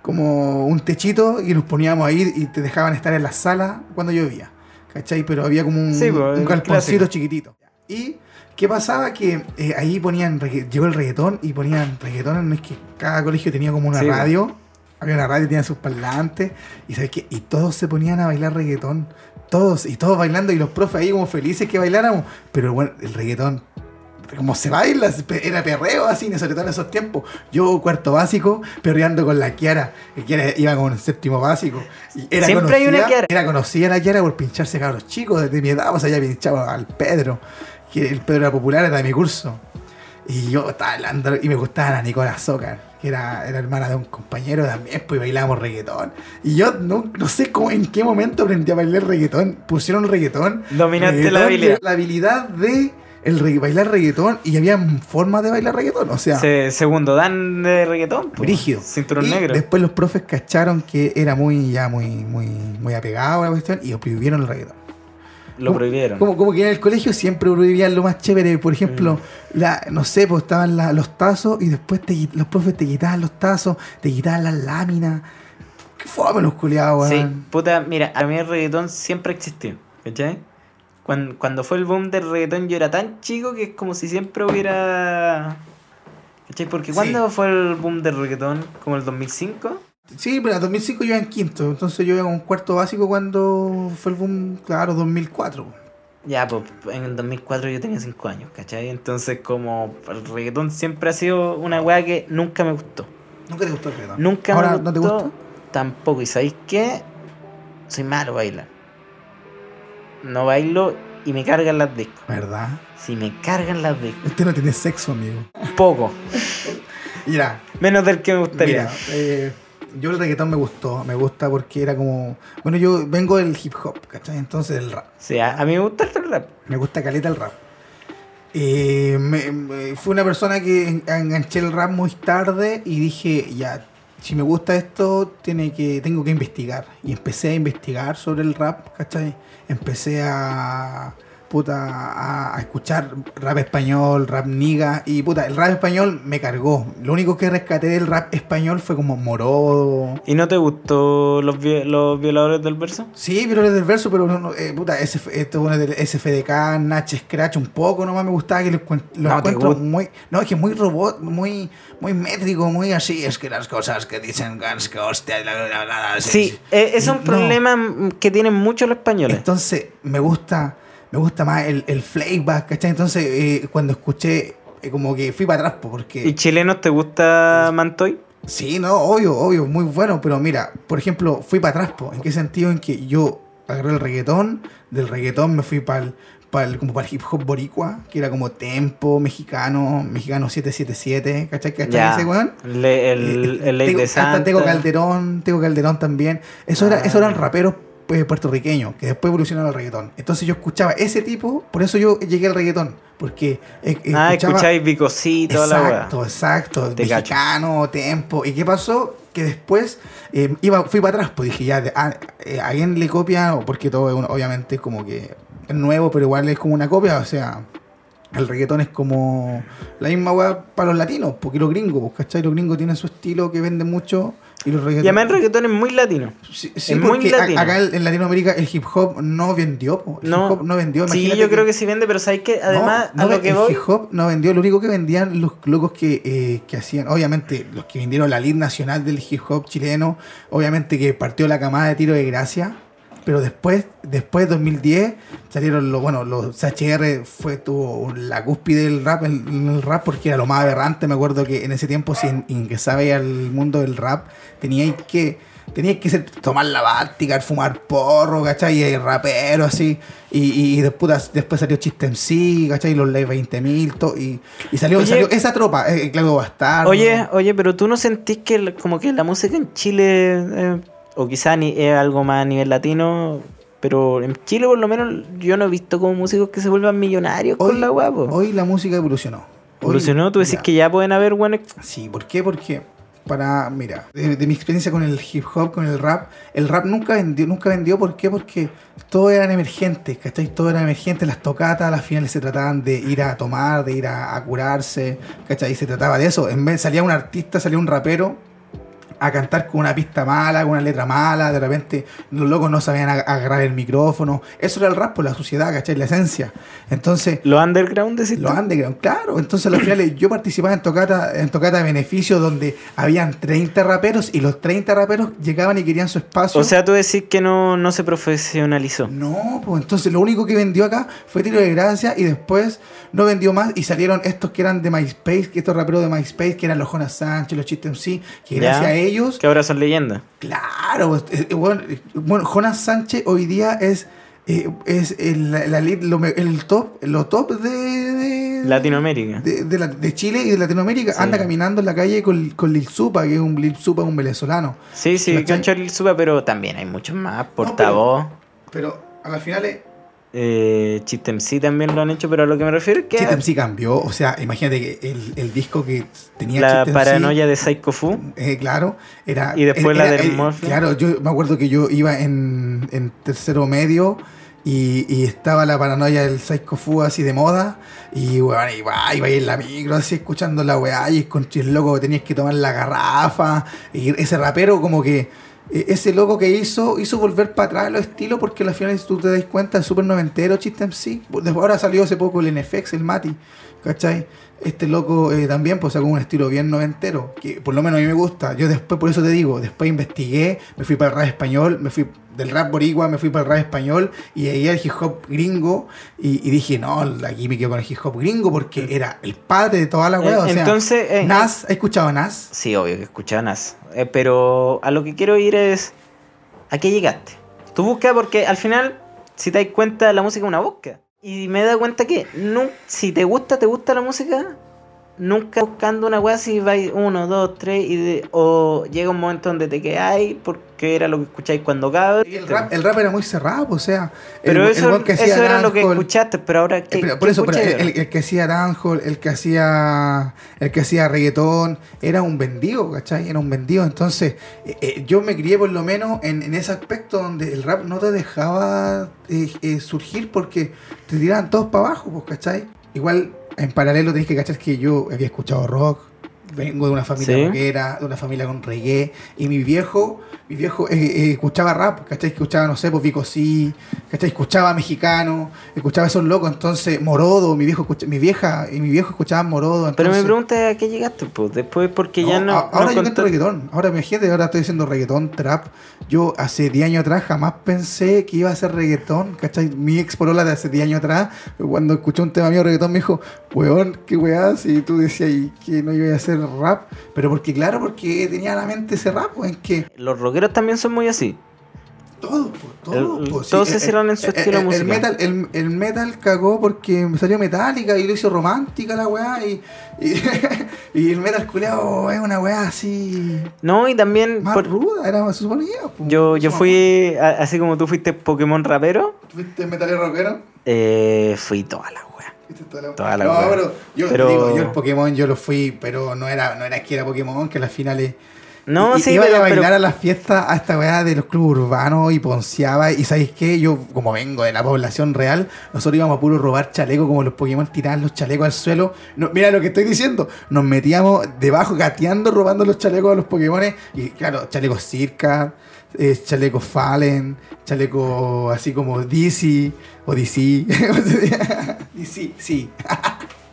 Speaker 1: como un techito y nos poníamos ahí y te dejaban estar en la sala cuando llovía, ¿cachai? Pero había como un,
Speaker 2: Sí, po,
Speaker 1: un
Speaker 2: el
Speaker 1: galponcito
Speaker 2: clásico.
Speaker 1: chiquitito. ¿Y qué pasaba? Que eh, ahí ponían. regga- Llegó el reggaetón y ponían reggaetón, no es que cada colegio tenía como una
Speaker 2: Sí, po.
Speaker 1: radio. Había una radio, tenía sus parlantes. Y sabes qué? Y todos se ponían a bailar reggaetón. Todos, y todos bailando, y los profes ahí como felices que bailáramos. Pero bueno, el reggaetón, como se baila, se pe- era perreo así, sobre todo en esos tiempos. Yo, cuarto básico, perreando con la Kiara. que Kiara iba con el séptimo básico. Y era
Speaker 2: Siempre hay
Speaker 1: conocida,
Speaker 2: una Kiara.
Speaker 1: Era conocida la Kiara por pincharse a los chicos desde mi edad. O sea, ella pinchaba al Pedro, que el Pedro era popular, era de mi curso. Y yo estaba hablando, y me gustaba la Nicola Zócar, que era, era hermana de un compañero también, pues y bailábamos reggaetón. Y yo no, no sé cómo, en qué momento aprendí a bailar reggaetón. Pusieron reggaetón.
Speaker 2: Dominaste
Speaker 1: reggaetón
Speaker 2: la
Speaker 1: de-
Speaker 2: habilidad.
Speaker 1: La habilidad de el re- bailar reggaetón y había formas de bailar reggaetón. O sea,
Speaker 2: Se- segundo dan de reggaetón. po.
Speaker 1: brígido.
Speaker 2: Cinturón
Speaker 1: Y
Speaker 2: negro.
Speaker 1: Después los profes cacharon que era muy, ya muy, muy, muy apegado a la cuestión y prohibieron el reggaetón.
Speaker 2: Lo prohibieron.
Speaker 1: Como, como que en el colegio siempre prohibían lo más chévere. Por ejemplo,
Speaker 2: Mm.
Speaker 1: la, no sé, pues estaban la- los tazos y después te qui- los profes te quitaban los tazos, te quitaban las láminas. Qué fome los culiados,
Speaker 2: Sí,
Speaker 1: weón.
Speaker 2: puta, mira, a mí el reggaetón siempre existió, ¿cachai? Cuan- Cuando, fue el boom del reggaetón yo era tan chico que es como si siempre hubiera... ¿Cachai?
Speaker 1: Sí.
Speaker 2: Porque cuando fue el boom del reggaetón? ¿Como el 2005?
Speaker 1: Sí. pero en 2005 yo iba en quinto, entonces yo iba con cuarto básico cuando fue el boom, claro, 2004. po.
Speaker 2: Ya, pues en el 2004 yo tenía 5 años, ¿cachai? Entonces como el reggaetón siempre ha sido una weá que nunca me gustó.
Speaker 1: Nunca te gustó el reggaetón.
Speaker 2: Nunca
Speaker 1: Ahora,
Speaker 2: me
Speaker 1: ¿no te
Speaker 2: gustó.
Speaker 1: gusta?
Speaker 2: Tampoco. ¿Y sabéis qué? Soy malo bailar. No bailo y me cargan las discos.
Speaker 1: ¿Verdad?
Speaker 2: Si me cargan las discos.
Speaker 1: Usted no tiene sexo, amigo.
Speaker 2: Poco.
Speaker 1: Mira,
Speaker 2: Menos del que me gustaría.
Speaker 1: Mira, eh, yo el reggaetón me gustó, me gusta porque era como. Bueno, yo vengo del hip hop, ¿cachai? Entonces del rap.
Speaker 2: Sí, a, a mí me gusta el rap.
Speaker 1: Me gusta caleta el rap. Eh, me- me- fui una persona que en- enganché el rap muy tarde y dije, ya, si me gusta esto, tiene que, tengo que investigar. Y empecé a investigar sobre el rap, ¿cachai? Empecé a, puta, a, a escuchar rap español, rap niga. Y, puta, el rap español me cargó. Lo único que rescaté del rap español fue como Morodo,
Speaker 2: ¿Y no te gustó los, vi- los violadores del verso?
Speaker 1: Sí, Violadores del Verso, pero no, no, eh, puta, SF, esto bueno, del SFDK, Nach Scratch, un poco nomás me gustaba que lo, encuent- lo
Speaker 2: No, te
Speaker 1: encuentro
Speaker 2: gust-
Speaker 1: muy. No, es que muy robot, muy, muy métrico, muy así. Es que las cosas que dicen Gans, que hostia, la, la, la, la,
Speaker 2: Sí, eh, es un
Speaker 1: No.
Speaker 2: problema mm, que tienen muchos los españoles.
Speaker 1: Entonces, me gusta, me gusta más el, el flayback, ¿cachai? Entonces, eh, cuando escuché, eh, como que fui para atrás, po, porque.
Speaker 2: ¿Y chilenos te gusta Mantoy?
Speaker 1: Sí, no, obvio, obvio, muy bueno, pero mira, por ejemplo, fui para atrás, po. ¿en qué sentido? En que yo agarré el reggaetón, del reggaetón me fui para el, como para hip hop boricua, que era como tempo, mexicano, mexicano 777, ¿cachai? ¿Cachai
Speaker 2: Ya.
Speaker 1: ese weón?
Speaker 2: Le- el,
Speaker 1: Eh,
Speaker 2: el Ley
Speaker 1: Tego-
Speaker 2: de
Speaker 1: hasta
Speaker 2: Santa.
Speaker 1: Tego Calderón, Tego Calderón también. Eso, era,
Speaker 2: Ah.
Speaker 1: eso eran raperos pues, puertorriqueños que después evolucionaron al reggaetón. Entonces yo escuchaba ese tipo, por eso yo llegué al reggaetón. Porque eh,
Speaker 2: Ah,
Speaker 1: escuchaba-
Speaker 2: escucháis Bicosito, la weá.
Speaker 1: Exacto, exacto.
Speaker 2: Te cacho.
Speaker 1: mexicano, tempo. ¿Y qué pasó? Que después eh, iba, fui para atrás, pues dije, ya, de- ah, eh, ¿a quién le copia? O Porque todo es un- obviamente es como que es nuevo, pero igual es como una copia. O sea, el reggaetón es como la misma weá para los latinos, porque los gringos, pues, ¿cachai? Los gringos tienen su estilo que vende mucho y los
Speaker 2: Y
Speaker 1: reggaetones.
Speaker 2: además el reggaetón es muy latino.
Speaker 1: Sí, sí,
Speaker 2: es muy
Speaker 1: porque a-
Speaker 2: latino.
Speaker 1: acá en en Latinoamérica el hip hop no vendió. po. El
Speaker 2: No,
Speaker 1: hip hop no vendió.
Speaker 2: sí,
Speaker 1: imagínate
Speaker 2: yo creo que sí vende, pero ¿sabes qué? Además,
Speaker 1: no, no,
Speaker 2: a lo que
Speaker 1: el
Speaker 2: voy.
Speaker 1: hip hop no vendió, lo único que vendían los locos que, eh, que hacían, obviamente los que vendieron la lid nacional del hip hop chileno, obviamente que partió la camada de tiro de gracia, pero después, después 2010 salieron los, bueno, los HR fue tuvo la cúspide del rap, el, el rap porque era lo más aberrante, me acuerdo que en ese tiempo si in- ingresabais al mundo del rap teníais que Tenías que ser- tomar la báltica, fumar porro, ¿cachai? Y rapero, así. Y, y después, después salió Chiste en sí, ¿cachai? Los Ley 20.000, to- y, y salió,
Speaker 2: Oye.
Speaker 1: salió esa tropa, eh, Claudio Bastardo.
Speaker 2: Oye, oye, pero tú no sentís que el- como que la música en Chile, eh, o quizá ni, es algo más a nivel latino, pero en Chile por lo menos yo no he visto como músicos que se vuelvan millonarios con la guapo.
Speaker 1: Hoy la música evolucionó. Hoy-
Speaker 2: Evolucionó, tú decís
Speaker 1: ya.
Speaker 2: que ya pueden haber buenos...
Speaker 1: Sí, ¿por qué? Porque para, mira, de, de mi experiencia con el hip hop, con el rap, el rap nunca vendió, nunca vendió, ¿por qué? Porque todo eran emergentes, ¿cachai? Todo eran emergentes, las tocatas, las finales se trataban de ir a tomar, de ir a, a curarse, ¿cachai? Se trataba de eso, en vez salía un artista, salía un rapero a cantar con una pista mala, con una letra mala, de repente los locos no sabían ag- agarrar el micrófono, eso era el rap por la sociedad, ¿cachai? La esencia. Entonces,
Speaker 2: Los underground, decís
Speaker 1: los
Speaker 2: tú?
Speaker 1: underground, claro. Entonces, a los finales, yo participaba en tocata, en tocata de beneficio donde habían 30 raperos y los 30 raperos llegaban y querían su espacio.
Speaker 2: O sea, tú decís que no, no se profesionalizó.
Speaker 1: no, pues entonces lo único que vendió acá fue Tiro de Gracia y después no vendió más y salieron estos que eran de MySpace, que estos raperos de MySpace, que eran los Jonas Sánchez, los Chiste MC, que
Speaker 2: Ya.
Speaker 1: gracias a ellos
Speaker 2: Que ahora son leyendas.
Speaker 1: Claro, pues, eh, eh, bueno, eh, bueno, Jonas Sánchez hoy día es, eh, es el, la, la lead- lo, me- el top, lo top de, de-
Speaker 2: Latinoamérica.
Speaker 1: de, de la- de Chile y de Latinoamérica.
Speaker 2: Sí.
Speaker 1: Anda caminando en la calle con, con Lil Supa, que es un Lil Supa, un venezolano.
Speaker 2: Sí, sí,
Speaker 1: ¿Cachai?
Speaker 2: cacho el Supa, pero también hay muchos más.
Speaker 1: pero-
Speaker 2: Portavoz,
Speaker 1: Pero a las finales,
Speaker 2: eh, Chistemsi también lo han hecho, pero a lo que me refiero es que...
Speaker 1: Chit MC cambió. O sea, imagínate que el, el disco que tenía
Speaker 2: La
Speaker 1: Chit MC,
Speaker 2: paranoia de Psycho Fu.
Speaker 1: Eh, claro, era.
Speaker 2: Y después
Speaker 1: era-
Speaker 2: la del
Speaker 1: era-
Speaker 2: Morphe.
Speaker 1: Claro, yo me acuerdo que yo iba en, en tercero medio y, y estaba la paranoia del Psycho Fu así de moda. Y weón, iba, iba ahí en la micro así escuchando la weá y con el loco tenías que tomar la garrafa. Y ese rapero, como que. eh, Ese loco que hizo, hizo volver para atrás los estilos porque al final, si tú te das cuenta, el super noventero, Chiste MC. Después ahora salió hace poco el NFX, el Mati. ¿Cachai? Este loco eh, también pues, sacó un estilo bien noventero, que por lo menos a mí me gusta. Yo después, por eso te digo, después investigué, me fui para el rap español, me fui del rap boricua, me fui para el rap español y llegué al hip hop gringo y, y dije, no, aquí me quedo con el hip hop gringo porque era el padre de toda la weá.
Speaker 2: Mm. Eh,
Speaker 1: Ah, o sea,
Speaker 2: entonces, eh,
Speaker 1: Nas, ¿has escuchado a Nas?
Speaker 2: Sí, obvio que escuchaba Nas. Eh, pero a lo que quiero ir es. ¿A qué llegaste? Tú buscas porque al final, si te das cuenta, la música es una búsqueda. Y me he dado cuenta que nu- si te gusta, te gusta la música, nunca buscando una weá si vais uno, dos, tres, y de- o llega un momento donde te quedáis porque era lo que escucháis cuando cabros.
Speaker 1: Y El rap, el rap era muy cerrado, o sea, el-
Speaker 2: Pero
Speaker 1: el
Speaker 2: eso,
Speaker 1: weón que hacía
Speaker 2: eso era lo que
Speaker 1: dancehall,
Speaker 2: escuchaste, pero ahora ¿qué,
Speaker 1: Eh, pero
Speaker 2: qué
Speaker 1: por eso, pero
Speaker 2: escucháis
Speaker 1: el,
Speaker 2: ahora?
Speaker 1: el- el que hacía dancehall, el que hacía el que hacía reggaetón, era un vendido, ¿cachai? Era un vendido. Entonces, eh, eh, yo me crié por lo menos en, en ese aspecto donde el rap no te dejaba eh, eh, surgir porque te tiraban todos para abajo, pues, ¿cachai? Igual, en paralelo tenés que cachar que yo había escuchado rock, vengo de una familia
Speaker 2: Sí.
Speaker 1: rockera, de una familia con reggae, y mi viejo, mi viejo eh, eh, escuchaba rap, ¿cachai? Escuchaba, no sé, pues Vico sí, ¿cachai? Escuchaba mexicano, escuchaba esos locos, entonces Morodo, mi viejo escucha- mi vieja y mi viejo escuchaban Morodo,
Speaker 2: Pero me
Speaker 1: entonces-
Speaker 2: pregunta a qué llegaste, pues después porque ya
Speaker 1: no,
Speaker 2: no.
Speaker 1: a-
Speaker 2: no
Speaker 1: Ahora yo canto
Speaker 2: contó-
Speaker 1: reggaetón. Ahora imagínate, ahora estoy haciendo reggaetón, trap. Yo hace 10 años atrás jamás pensé que iba a hacer reggaetón, ¿cachai? Mi ex polola de hace 10 años atrás, cuando escuchó un tema mío de reggaetón, me dijo, weón, qué weá, si tú decías "Y que no iba a hacer rap. Pero porque, claro, porque tenía la mente ese rap, en que
Speaker 2: Los rockeros también son muy así.
Speaker 1: todo, po, todo,
Speaker 2: El-
Speaker 1: po, sí,
Speaker 2: todos
Speaker 1: el-
Speaker 2: se cierran en su
Speaker 1: el-
Speaker 2: estilo
Speaker 1: el- el
Speaker 2: musical.
Speaker 1: metal, el, el metal cagó porque salió metálica y lo hizo romántica la weá y, y, [LAUGHS] y el metal culeado es una weá así
Speaker 2: No, y también
Speaker 1: más
Speaker 2: por-
Speaker 1: ruda, era se suponía. po.
Speaker 2: yo, yo
Speaker 1: Se
Speaker 2: fui, a- así como tú fuiste Pokémon rapero,
Speaker 1: suponía. ¿Fuiste metalero rockero?
Speaker 2: eh, fui toda la wea.
Speaker 1: Viste, toda la-
Speaker 2: Toda la
Speaker 1: no,
Speaker 2: wea.
Speaker 1: pero yo
Speaker 2: Pero-
Speaker 1: digo, yo el Pokémon yo lo fui, pero no era, no era que era Pokémon, que en las finales
Speaker 2: No,
Speaker 1: I-
Speaker 2: sí,
Speaker 1: iba
Speaker 2: pero-
Speaker 1: a bailar
Speaker 2: pero-
Speaker 1: a las fiestas a esta weá de los clubes urbanos y ponceaba. Y sabéis qué, yo como vengo de la población real, nosotros íbamos a puro robar chalecos como los Pokémon, tirar los chalecos al suelo. No, mira lo que estoy diciendo, nos metíamos debajo gateando, robando los chalecos a los Pokémon. Y claro, chalecos circa, eh, chalecos Fallen, chalecos así como DC o [LAUGHS] DC. DC, sí. [LAUGHS]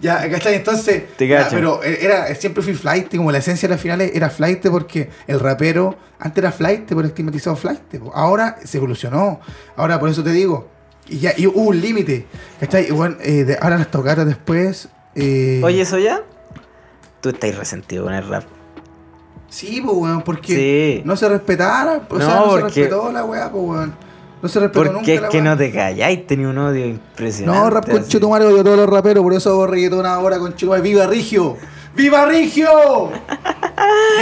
Speaker 1: Ya, ¿cachai? Entonces,
Speaker 2: Te
Speaker 1: ya,
Speaker 2: cacho.
Speaker 1: pero eh, era, siempre fui flight, como la esencia de las finales era flight porque el rapero antes era flight, pero estigmatizado flight. po. Ahora se evolucionó. Ahora, por eso te digo, y ya y hubo un límite, ¿cachai? Y bueno, eh, de- ahora las tocaras después. eh,
Speaker 2: Oye, eso ya. Tú estás resentido con el rap.
Speaker 1: Sí, pues, weón, porque
Speaker 2: Sí.
Speaker 1: no se respetara, o
Speaker 2: No,
Speaker 1: sea, no se
Speaker 2: porque-
Speaker 1: respetó la weá, pues, weón. No se respetó nunca.
Speaker 2: Porque es
Speaker 1: la
Speaker 2: que
Speaker 1: weá.
Speaker 2: no te calláis, tenía un odio impresionante.
Speaker 1: No, rap con
Speaker 2: así.
Speaker 1: Chetumare odio a todos los raperos, por eso hago reggaetón ahora con Chetumare. ¡Viva Rigio! ¡Viva
Speaker 2: [LAUGHS]
Speaker 1: Rigio!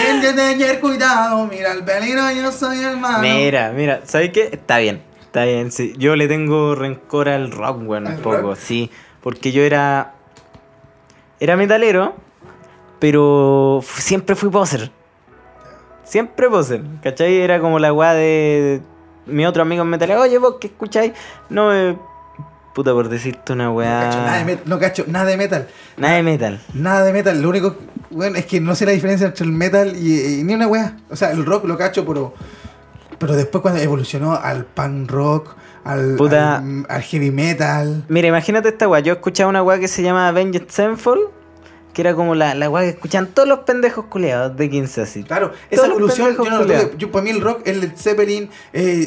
Speaker 1: Gente de tener cuidado, mira el peligro, yo soy el malo.
Speaker 2: Mira, mira, ¿sabes qué? Está bien, está bien. sí. Yo le tengo rencor al rock, weón, un
Speaker 1: ¿Al
Speaker 2: poco,
Speaker 1: rock?
Speaker 2: sí. Porque yo era. Era metalero, pero fu- siempre fui poser. Siempre poser, ¿cachai? Era como la weá de. Mi otro amigo en metalero, oye, vos, ¿qué escucháis? No, eh, puta, por decirte una
Speaker 1: No cacho, nada de
Speaker 2: weá.
Speaker 1: met- no cacho nada de metal.
Speaker 2: Nada de metal.
Speaker 1: Nada de metal. Lo único, bueno, es que no sé la diferencia entre el metal y, y ni una wea. O sea, el rock lo cacho, pero. Pero después cuando evolucionó al punk rock, al,
Speaker 2: Puta.
Speaker 1: al, al heavy metal.
Speaker 2: Mira, imagínate esta weá. Yo escuchaba una weá que se llamaba Avenged Sevenfold, que era como la, la weá que escuchan todos los pendejos culeados de 15 así.
Speaker 1: Claro, esa
Speaker 2: los
Speaker 1: evolución, yo
Speaker 2: pendejos
Speaker 1: no lo
Speaker 2: culiados.
Speaker 1: tuve. Yo, para mí el rock, el Led Zeppelin, eh,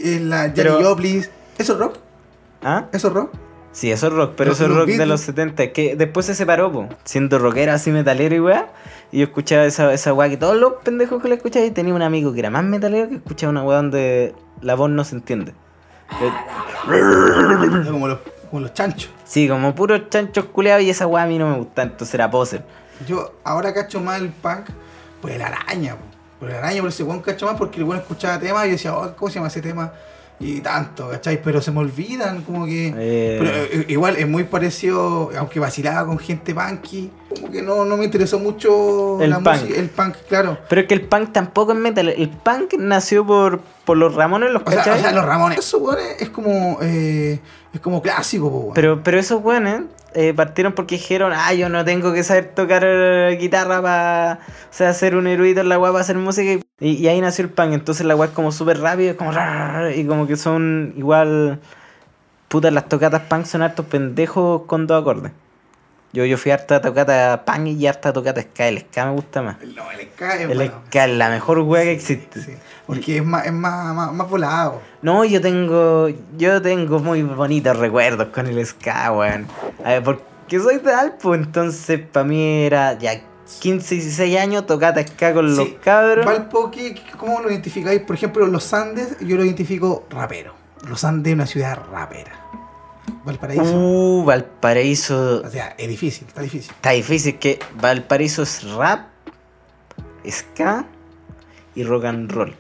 Speaker 1: eh, la
Speaker 2: Pero-
Speaker 1: Jerry Joplin, ¿eso es rock?
Speaker 2: ¿Ah?
Speaker 1: ¿Eso es
Speaker 2: [CLEARS THROAT]
Speaker 1: rock?
Speaker 2: Sí, eso es rock, pero
Speaker 1: Los-
Speaker 2: eso es
Speaker 1: los
Speaker 2: rock de
Speaker 1: Beatles.
Speaker 2: los 70, que después se separó, po, siendo rockero así metalero y weá. Y yo escuchaba esa, esa weá que todos los pendejos que la escuchaban y tenía un amigo que era más metalero que escuchaba una weá donde la voz no se entiende. Que-
Speaker 1: Es como los, como los chanchos.
Speaker 2: Sí, como puros chanchos culeados y esa weá a mí no me gusta, entonces era poser.
Speaker 1: Yo ahora cacho más el punk por el araña, po. por el araña, por ese buen cacho más porque el buen escuchaba temas y yo decía, oh, ¿cómo se llama ese tema? Y tanto, ¿cachai? Pero se me olvidan, como que.
Speaker 2: Eh.
Speaker 1: Pero, eh, igual es muy parecido, aunque vacilaba con gente punky, como que no, no me interesó mucho
Speaker 2: El
Speaker 1: la
Speaker 2: punk.
Speaker 1: música, el punk, claro.
Speaker 2: Pero es que el punk tampoco es metal, el punk nació por, por los Ramones, los
Speaker 1: O sea,
Speaker 2: cachai.
Speaker 1: o sea, los Ramones, eso, weón, es- es como, eh, es como clásico, po, weón.
Speaker 2: Pero, pero esos weones eh, partieron porque dijeron, ah, yo no tengo que saber tocar eh, guitarra para o sea, ser un erudito en la weá para hacer música. Y, y ahí nació el punk. Entonces la weá es como súper rápido, es como ra, ra, ra, y como que son igual. Puta, las tocatas punk son hartos pendejos con dos acordes. Yo, yo fui harta tocata punk y harta tocata ska. El ska me gusta más.
Speaker 1: no, el ska es
Speaker 2: El
Speaker 1: bueno.
Speaker 2: ska es la mejor weá que existe.
Speaker 1: Sí, porque es más, es más, más, más volado.
Speaker 2: No, yo tengo. Yo tengo muy bonitos recuerdos con el ska, weón. A ver, porque soy de Alpo, entonces para mí era ya 15, 16 años tocata ska con los
Speaker 1: Sí.
Speaker 2: cabros.
Speaker 1: Valpo, ¿qué- qué- ¿cómo lo identificáis? Por ejemplo, los Andes, yo lo identifico rapero. Los Andes es una ciudad rapera. Valparaíso.
Speaker 2: Uh, Valparaíso.
Speaker 1: O sea, es difícil, está difícil.
Speaker 2: Está difícil que Valparaíso es rap, ska y rock and roll.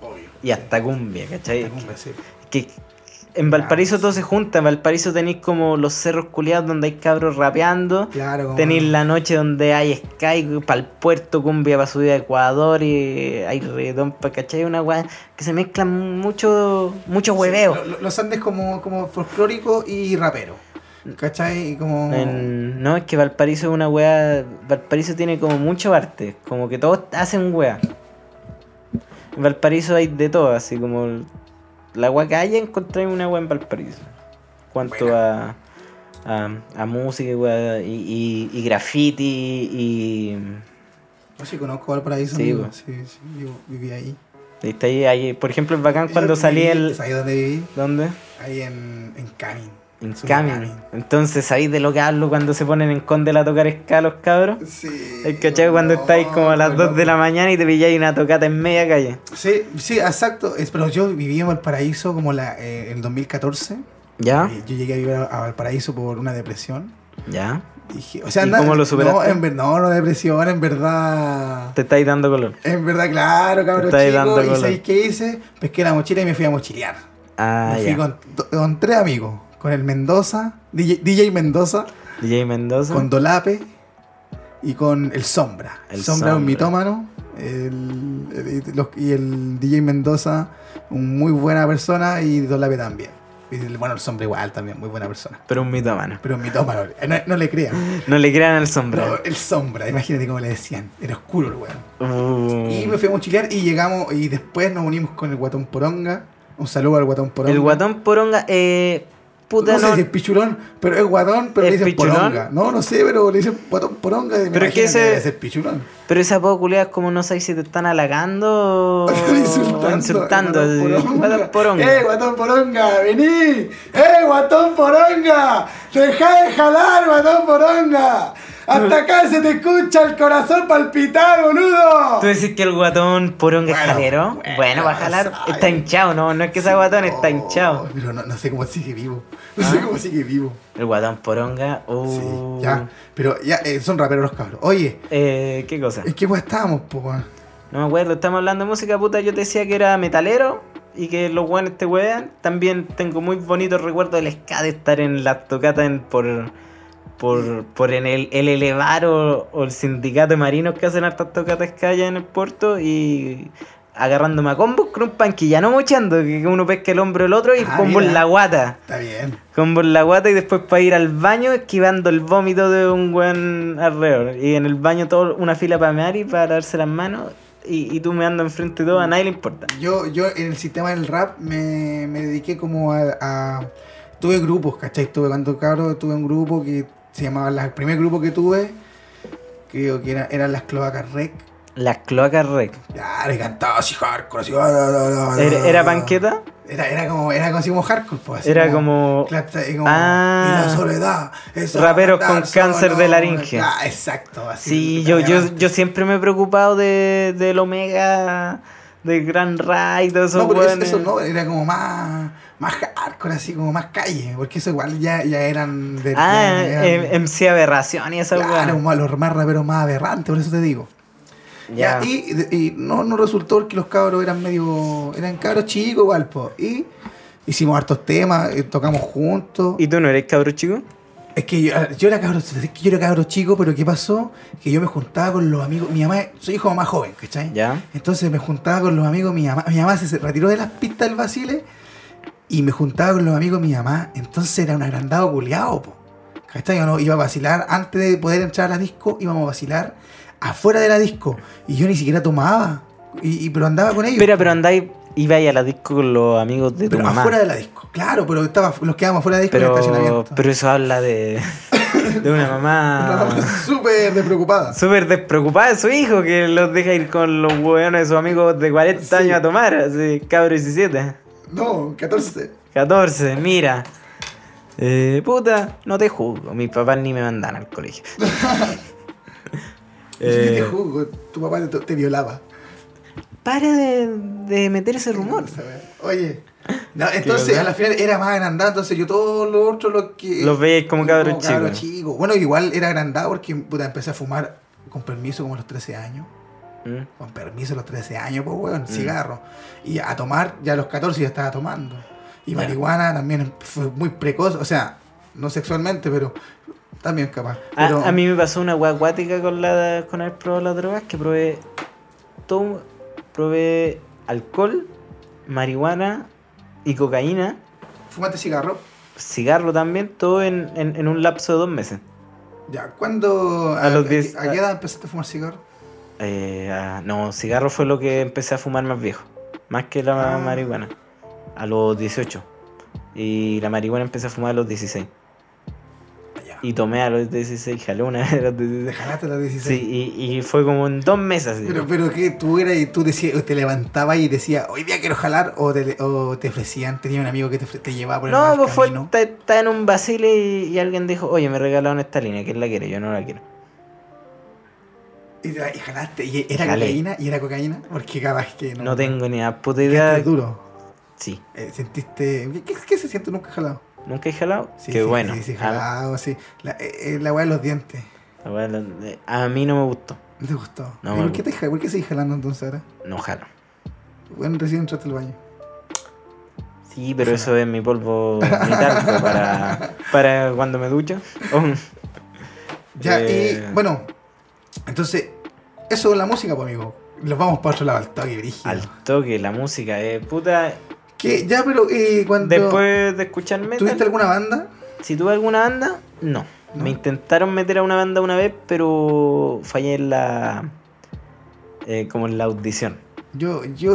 Speaker 1: Obvio.
Speaker 2: Y hasta cumbia, ¿cachai?
Speaker 1: Está cumbre, sí.
Speaker 2: que en Valparaíso
Speaker 1: Ah,
Speaker 2: todo se junta. En Valparaíso tenéis como los cerros culiados donde hay cabros rapeando.
Speaker 1: Claro, como-
Speaker 2: Tenéis la noche donde hay Sky para el puerto, cumbia para subir a Ecuador y hay reggaetón para cachai, una weá que se mezclan mucho, mucho hueveo.
Speaker 1: Lo- lo- los Andes como, como folclórico y rapero. ¿Cachai? Como.
Speaker 2: En- no, es que Valparaíso es una weá. Valparaíso tiene como mucho arte, como que todos hacen weá. En Valparaíso hay de todo, así como la weá que haya, encontráis una weá en Valparaíso. Cuanto a, a, a música y weá, y, y, y graffiti y.
Speaker 1: No sé, conozco Valparaíso.
Speaker 2: Sí,
Speaker 1: amigo.
Speaker 2: po.
Speaker 1: sí, sí, yo viví ahí.
Speaker 2: Y está ahí, ahí- por ejemplo, es bacán cuando
Speaker 1: Yo
Speaker 2: salí
Speaker 1: viví-
Speaker 2: el...
Speaker 1: ¿Sabes dónde viví?
Speaker 2: ¿Dónde?
Speaker 1: Ahí en, en Camin.
Speaker 2: En
Speaker 1: Sur de
Speaker 2: Camin. Entonces, ¿sabéis de lo que hablo cuando se ponen en Condela a tocar escalos, los cabros?
Speaker 1: Sí.
Speaker 2: El cachai cuando
Speaker 1: no,
Speaker 2: estáis como a las
Speaker 1: pero-
Speaker 2: 2 de la mañana y te pilláis una tocata en media calle.
Speaker 1: Sí, sí, exacto. Es, pero yo viví en Valparaíso como la, eh, en 2014.
Speaker 2: ¿Ya?
Speaker 1: Eh, Yo llegué a vivir a, a Valparaíso por una depresión.
Speaker 2: ¿Ya?
Speaker 1: Dije, o sea,
Speaker 2: ¿Y
Speaker 1: anda-
Speaker 2: cómo lo
Speaker 1: No,
Speaker 2: superaste?
Speaker 1: en verdad, no, no depresión, en verdad.
Speaker 2: Te estáis dando color.
Speaker 1: En verdad, claro, cabrón
Speaker 2: Te estáis
Speaker 1: chico.
Speaker 2: dando
Speaker 1: ¿Y
Speaker 2: color.
Speaker 1: sabéis qué hice? Pesqué la mochila y me fui a mochilear.
Speaker 2: Ah,
Speaker 1: me fui
Speaker 2: ya.
Speaker 1: con, con tres amigos. con el Mendoza, DJ, DJ Mendoza,
Speaker 2: DJ Mendoza.
Speaker 1: con Dolape y con el Sombra. El
Speaker 2: El
Speaker 1: Sombra es un
Speaker 2: Sombra.
Speaker 1: mitómano. el- el- los- y el DJ Mendoza, un muy buena persona, y Dolape también. Y el- bueno, el Sombra igual también, muy buena persona.
Speaker 2: Pero un mitómano.
Speaker 1: Pero un mitómano, eh, no, no le crean.
Speaker 2: No le crean al
Speaker 1: No,
Speaker 2: sombrero.
Speaker 1: el Sombra, imagínate cómo le decían. Era oscuro el weón.
Speaker 2: Uh.
Speaker 1: Y me fui a mochilear y llegamos, y después nos unimos con el Guatón Poronga. Un saludo al Guatón Poronga.
Speaker 2: El guatón poronga, eh. Puta,
Speaker 1: no,
Speaker 2: no.
Speaker 1: sé si es pichulón, pero es guatón, pero le
Speaker 2: ¿Es
Speaker 1: dicen
Speaker 2: pichulón?
Speaker 1: poronga. No, no sé, pero le dicen guatón poronga. y me
Speaker 2: Pero es que
Speaker 1: imagino
Speaker 2: ese-
Speaker 1: debe ser pichulón.
Speaker 2: Pero esa apodo culiao es como no sabes si te están halagando o
Speaker 1: Están [LAUGHS] insultando.
Speaker 2: o insultando.
Speaker 1: el
Speaker 2: así.
Speaker 1: guatón poronga. ¡Eh,
Speaker 2: Guatón poronga.
Speaker 1: guatón poronga! ¡Vení! ¡Eh, guatón poronga! ¡Deja de jalar, guatón poronga! ¡Hasta acá se te escucha el corazón palpitar, boludo!
Speaker 2: ¿Tú decís que el guatón poronga es
Speaker 1: Bueno,
Speaker 2: jalero?
Speaker 1: bueno,
Speaker 2: Bueno, va a jalar.
Speaker 1: sabe.
Speaker 2: Está hinchado, no, no es que sea guatón, está hinchado.
Speaker 1: Oh, Pero no, no sé cómo sigue vivo. No sé
Speaker 2: Ah.
Speaker 1: cómo sigue vivo.
Speaker 2: El guatón poronga, uh.
Speaker 1: Sí, ya. Pero ya, eh, son raperos los cabros. Oye,
Speaker 2: Eh, ¿Qué cosa?
Speaker 1: ¿en qué pues estábamos, po? weón?
Speaker 2: No me acuerdo, estamos hablando de música puta. Yo te decía que era metalero y que los guanes te wean. También tengo muy bonitos recuerdos del ska de estar en las tocatas en- por. Por, por en el, el elevar o, o el sindicato de marinos que hacen hartas tocatas que allá en el puerto y agarrándome a combos con un panquilla, no mochando, que uno pesca el hombro del otro y
Speaker 1: Ah,
Speaker 2: combo en
Speaker 1: mira.
Speaker 2: la guata.
Speaker 1: Está bien.
Speaker 2: Combo en la guata y después para ir al baño esquivando el vómito de un buen alrededor. Y en el baño todo una fila para mear y para darse las manos. Y, y tú meando enfrente de todo, a nadie le importa.
Speaker 1: Yo, yo en el sistema del rap me, me dediqué como a, a- Tuve grupos, ¿cachai? Tuve cuando cabro, tuve un grupo que se llamaba... la- el primer grupo que tuve, creo que era, eran las Cloacas Rec.
Speaker 2: Las cloacas rec.
Speaker 1: Ya, le cantaba así hardcore, así... "Ah, la, la, la, la".
Speaker 2: ¿Era, era panqueta?
Speaker 1: Era, era como, era como, así como hardcore, pues. así
Speaker 2: Era como...
Speaker 1: Claro, es como,
Speaker 2: Ah.
Speaker 1: y la soledad. es
Speaker 2: Raperos
Speaker 1: andar
Speaker 2: con cáncer de laringe.
Speaker 1: Ah, exacto. Así
Speaker 2: Sí, yo, yo, yo siempre me he preocupado de, del Omega, del Gran Ray, de esos
Speaker 1: No, pero es-
Speaker 2: hueones.
Speaker 1: eso no, era como más, más hardcore, así como más calle, porque eso igual ya, ya eran de.
Speaker 2: Ah,
Speaker 1: ya eran-
Speaker 2: em- MC Aberración y esa
Speaker 1: claro,
Speaker 2: hueá.
Speaker 1: como los más raperos más aberrantes, por eso te digo. Ya,
Speaker 2: Ya.
Speaker 1: y y no, no resultó porque los cabros eran medio. eran cabros chicos igual, po. Y hicimos hartos temas, eh, tocamos juntos.
Speaker 2: ¿Y tú no eres cabro chico?
Speaker 1: Es que yo, yo era cabro, es que yo era cabro chico, pero ¿qué pasó? Que yo me juntaba con los amigos. Mi mamá, soy hijo de mamá joven, ¿cachai?
Speaker 2: Ya.
Speaker 1: Entonces me juntaba con los amigos, mi mamá, mi mamá se retiró de las pistas del Basile y me juntaba con los amigos de mi mamá. Entonces era un agrandado culiao, po. ¿Cachai? Yo no iba a vacilar antes de poder entrar a la disco, íbamos a vacilar afuera de la disco. Y yo ni siquiera tomaba. Y, y- pero andaba con ellos.
Speaker 2: Espera, pero andáis, ibais a la disco con los amigos de tu
Speaker 1: Pero
Speaker 2: mamá.
Speaker 1: afuera de la disco, claro, pero estaba, los quedábamos afuera de la disco en el [LAUGHS]
Speaker 2: Pero,
Speaker 1: estacionamiento.
Speaker 2: pero eso habla
Speaker 1: [COUGHS]
Speaker 2: de, de una
Speaker 1: Una
Speaker 2: mamá
Speaker 1: mamá súper
Speaker 2: [LAUGHS]
Speaker 1: despreocupada.
Speaker 2: súper despreocupada de su hijo que los deja ir con los hueones de sus amigos de 40
Speaker 1: Sí.
Speaker 2: años a tomar, así, cabro 17,
Speaker 1: No, 14.
Speaker 2: 14, mira. Eh, puta, no te juzgo, mis papás ni me mandan al
Speaker 1: [LAUGHS]
Speaker 2: colegio.
Speaker 1: Yo te
Speaker 2: Eh,
Speaker 1: juzgo, tu papá te, te violaba.
Speaker 2: para de, de meter ese rumor.
Speaker 1: Esa wea. Oye. No, entonces,
Speaker 2: verdad.
Speaker 1: a la final era más agrandado, entonces yo todos los otros los que...
Speaker 2: Los veis como cabros
Speaker 1: como cabros
Speaker 2: chicos.
Speaker 1: chicos. Bueno, igual era agrandado porque puta, empecé a fumar con permiso como a los 13 años.
Speaker 2: Mm.
Speaker 1: Con permiso a los 13 años, pues, weón, cigarro. Y a tomar, ya a los 14 ya estaba tomando. Y
Speaker 2: Ya.
Speaker 1: marihuana también fue muy precoz, o sea, no sexualmente, pero también capaz.
Speaker 2: A-
Speaker 1: Pero,
Speaker 2: Ah, A, mí me pasó una hueá acuática con, la, con haber probado las drogas que probé todo, probé alcohol, marihuana y cocaína,
Speaker 1: ¿Fumaste cigarro?
Speaker 2: cigarro también, todo en, en- en un lapso de dos meses.
Speaker 1: Ya, ¿cuándo?
Speaker 2: A los 10
Speaker 1: ¿A qué edad empezaste a fumar cigarro?
Speaker 2: Eh, ah, no, cigarro fue lo que empecé a fumar más viejo, más que la
Speaker 1: Ah.
Speaker 2: marihuana, a los 18. Y la marihuana empecé a fumar a los 16.
Speaker 1: Ya.
Speaker 2: Y tomé a los 16, jalé una vez a los
Speaker 1: [LAUGHS]
Speaker 2: 16.
Speaker 1: Dejaste los 16.
Speaker 2: Sí, y, y fue como en dos meses. así.
Speaker 1: Pero, pero que tú eras y tú decías, te levantabas y decías, hoy día quiero jalar, o te, o te ofrecían, tenía un amigo que te, ofre- te llevaba por el
Speaker 2: No,
Speaker 1: mal
Speaker 2: pues fue,
Speaker 1: camino.
Speaker 2: está, está en un basile y, y alguien dijo, oye, me regalaron esta línea, ¿quién la quiere? Yo no la quiero.
Speaker 1: Y, te- y jalaste, y era
Speaker 2: Jalé.
Speaker 1: cocaína, y era cocaína, porque capaz que no.
Speaker 2: No tengo ni la puta
Speaker 1: Quedaste
Speaker 2: idea.
Speaker 1: duro.
Speaker 2: Sí,
Speaker 1: Eh, sentiste. ¿qué, qué se siente nunca jalado?
Speaker 2: nunca he jalado.
Speaker 1: Sí,
Speaker 2: Qué
Speaker 1: sí,
Speaker 2: bueno.
Speaker 1: Sí, sí,
Speaker 2: a,
Speaker 1: jalado, sí. La, eh, eh, la weá de los dientes.
Speaker 2: la weá de- a mí no me gustó.
Speaker 1: ¿No te gustó?
Speaker 2: No,
Speaker 1: ¿Y
Speaker 2: me
Speaker 1: ¿Por qué, te, ja- ¿Por qué seguís jalando entonces ahora?
Speaker 2: No jalo.
Speaker 1: Bueno, recién entraste al baño.
Speaker 2: Sí, Sí, pero eso es mi polvo militar
Speaker 1: [LAUGHS]
Speaker 2: pues, para, para cuando me ducho. Oh.
Speaker 1: Ya,
Speaker 2: Eh.
Speaker 1: y bueno, entonces, eso es la música, pues, amigo. Los vamos para otro lado, al toque, brígido.
Speaker 2: Al toque, la música, eh. Puta,
Speaker 1: Que, ya, pero eh, cuando.
Speaker 2: después de escuchar metal,
Speaker 1: ¿Tuviste alguna banda?
Speaker 2: si tuve alguna banda, no.
Speaker 1: No.
Speaker 2: Me intentaron meter a una banda una vez, pero fallé en la. eh, como en la audición.
Speaker 1: Yo, yo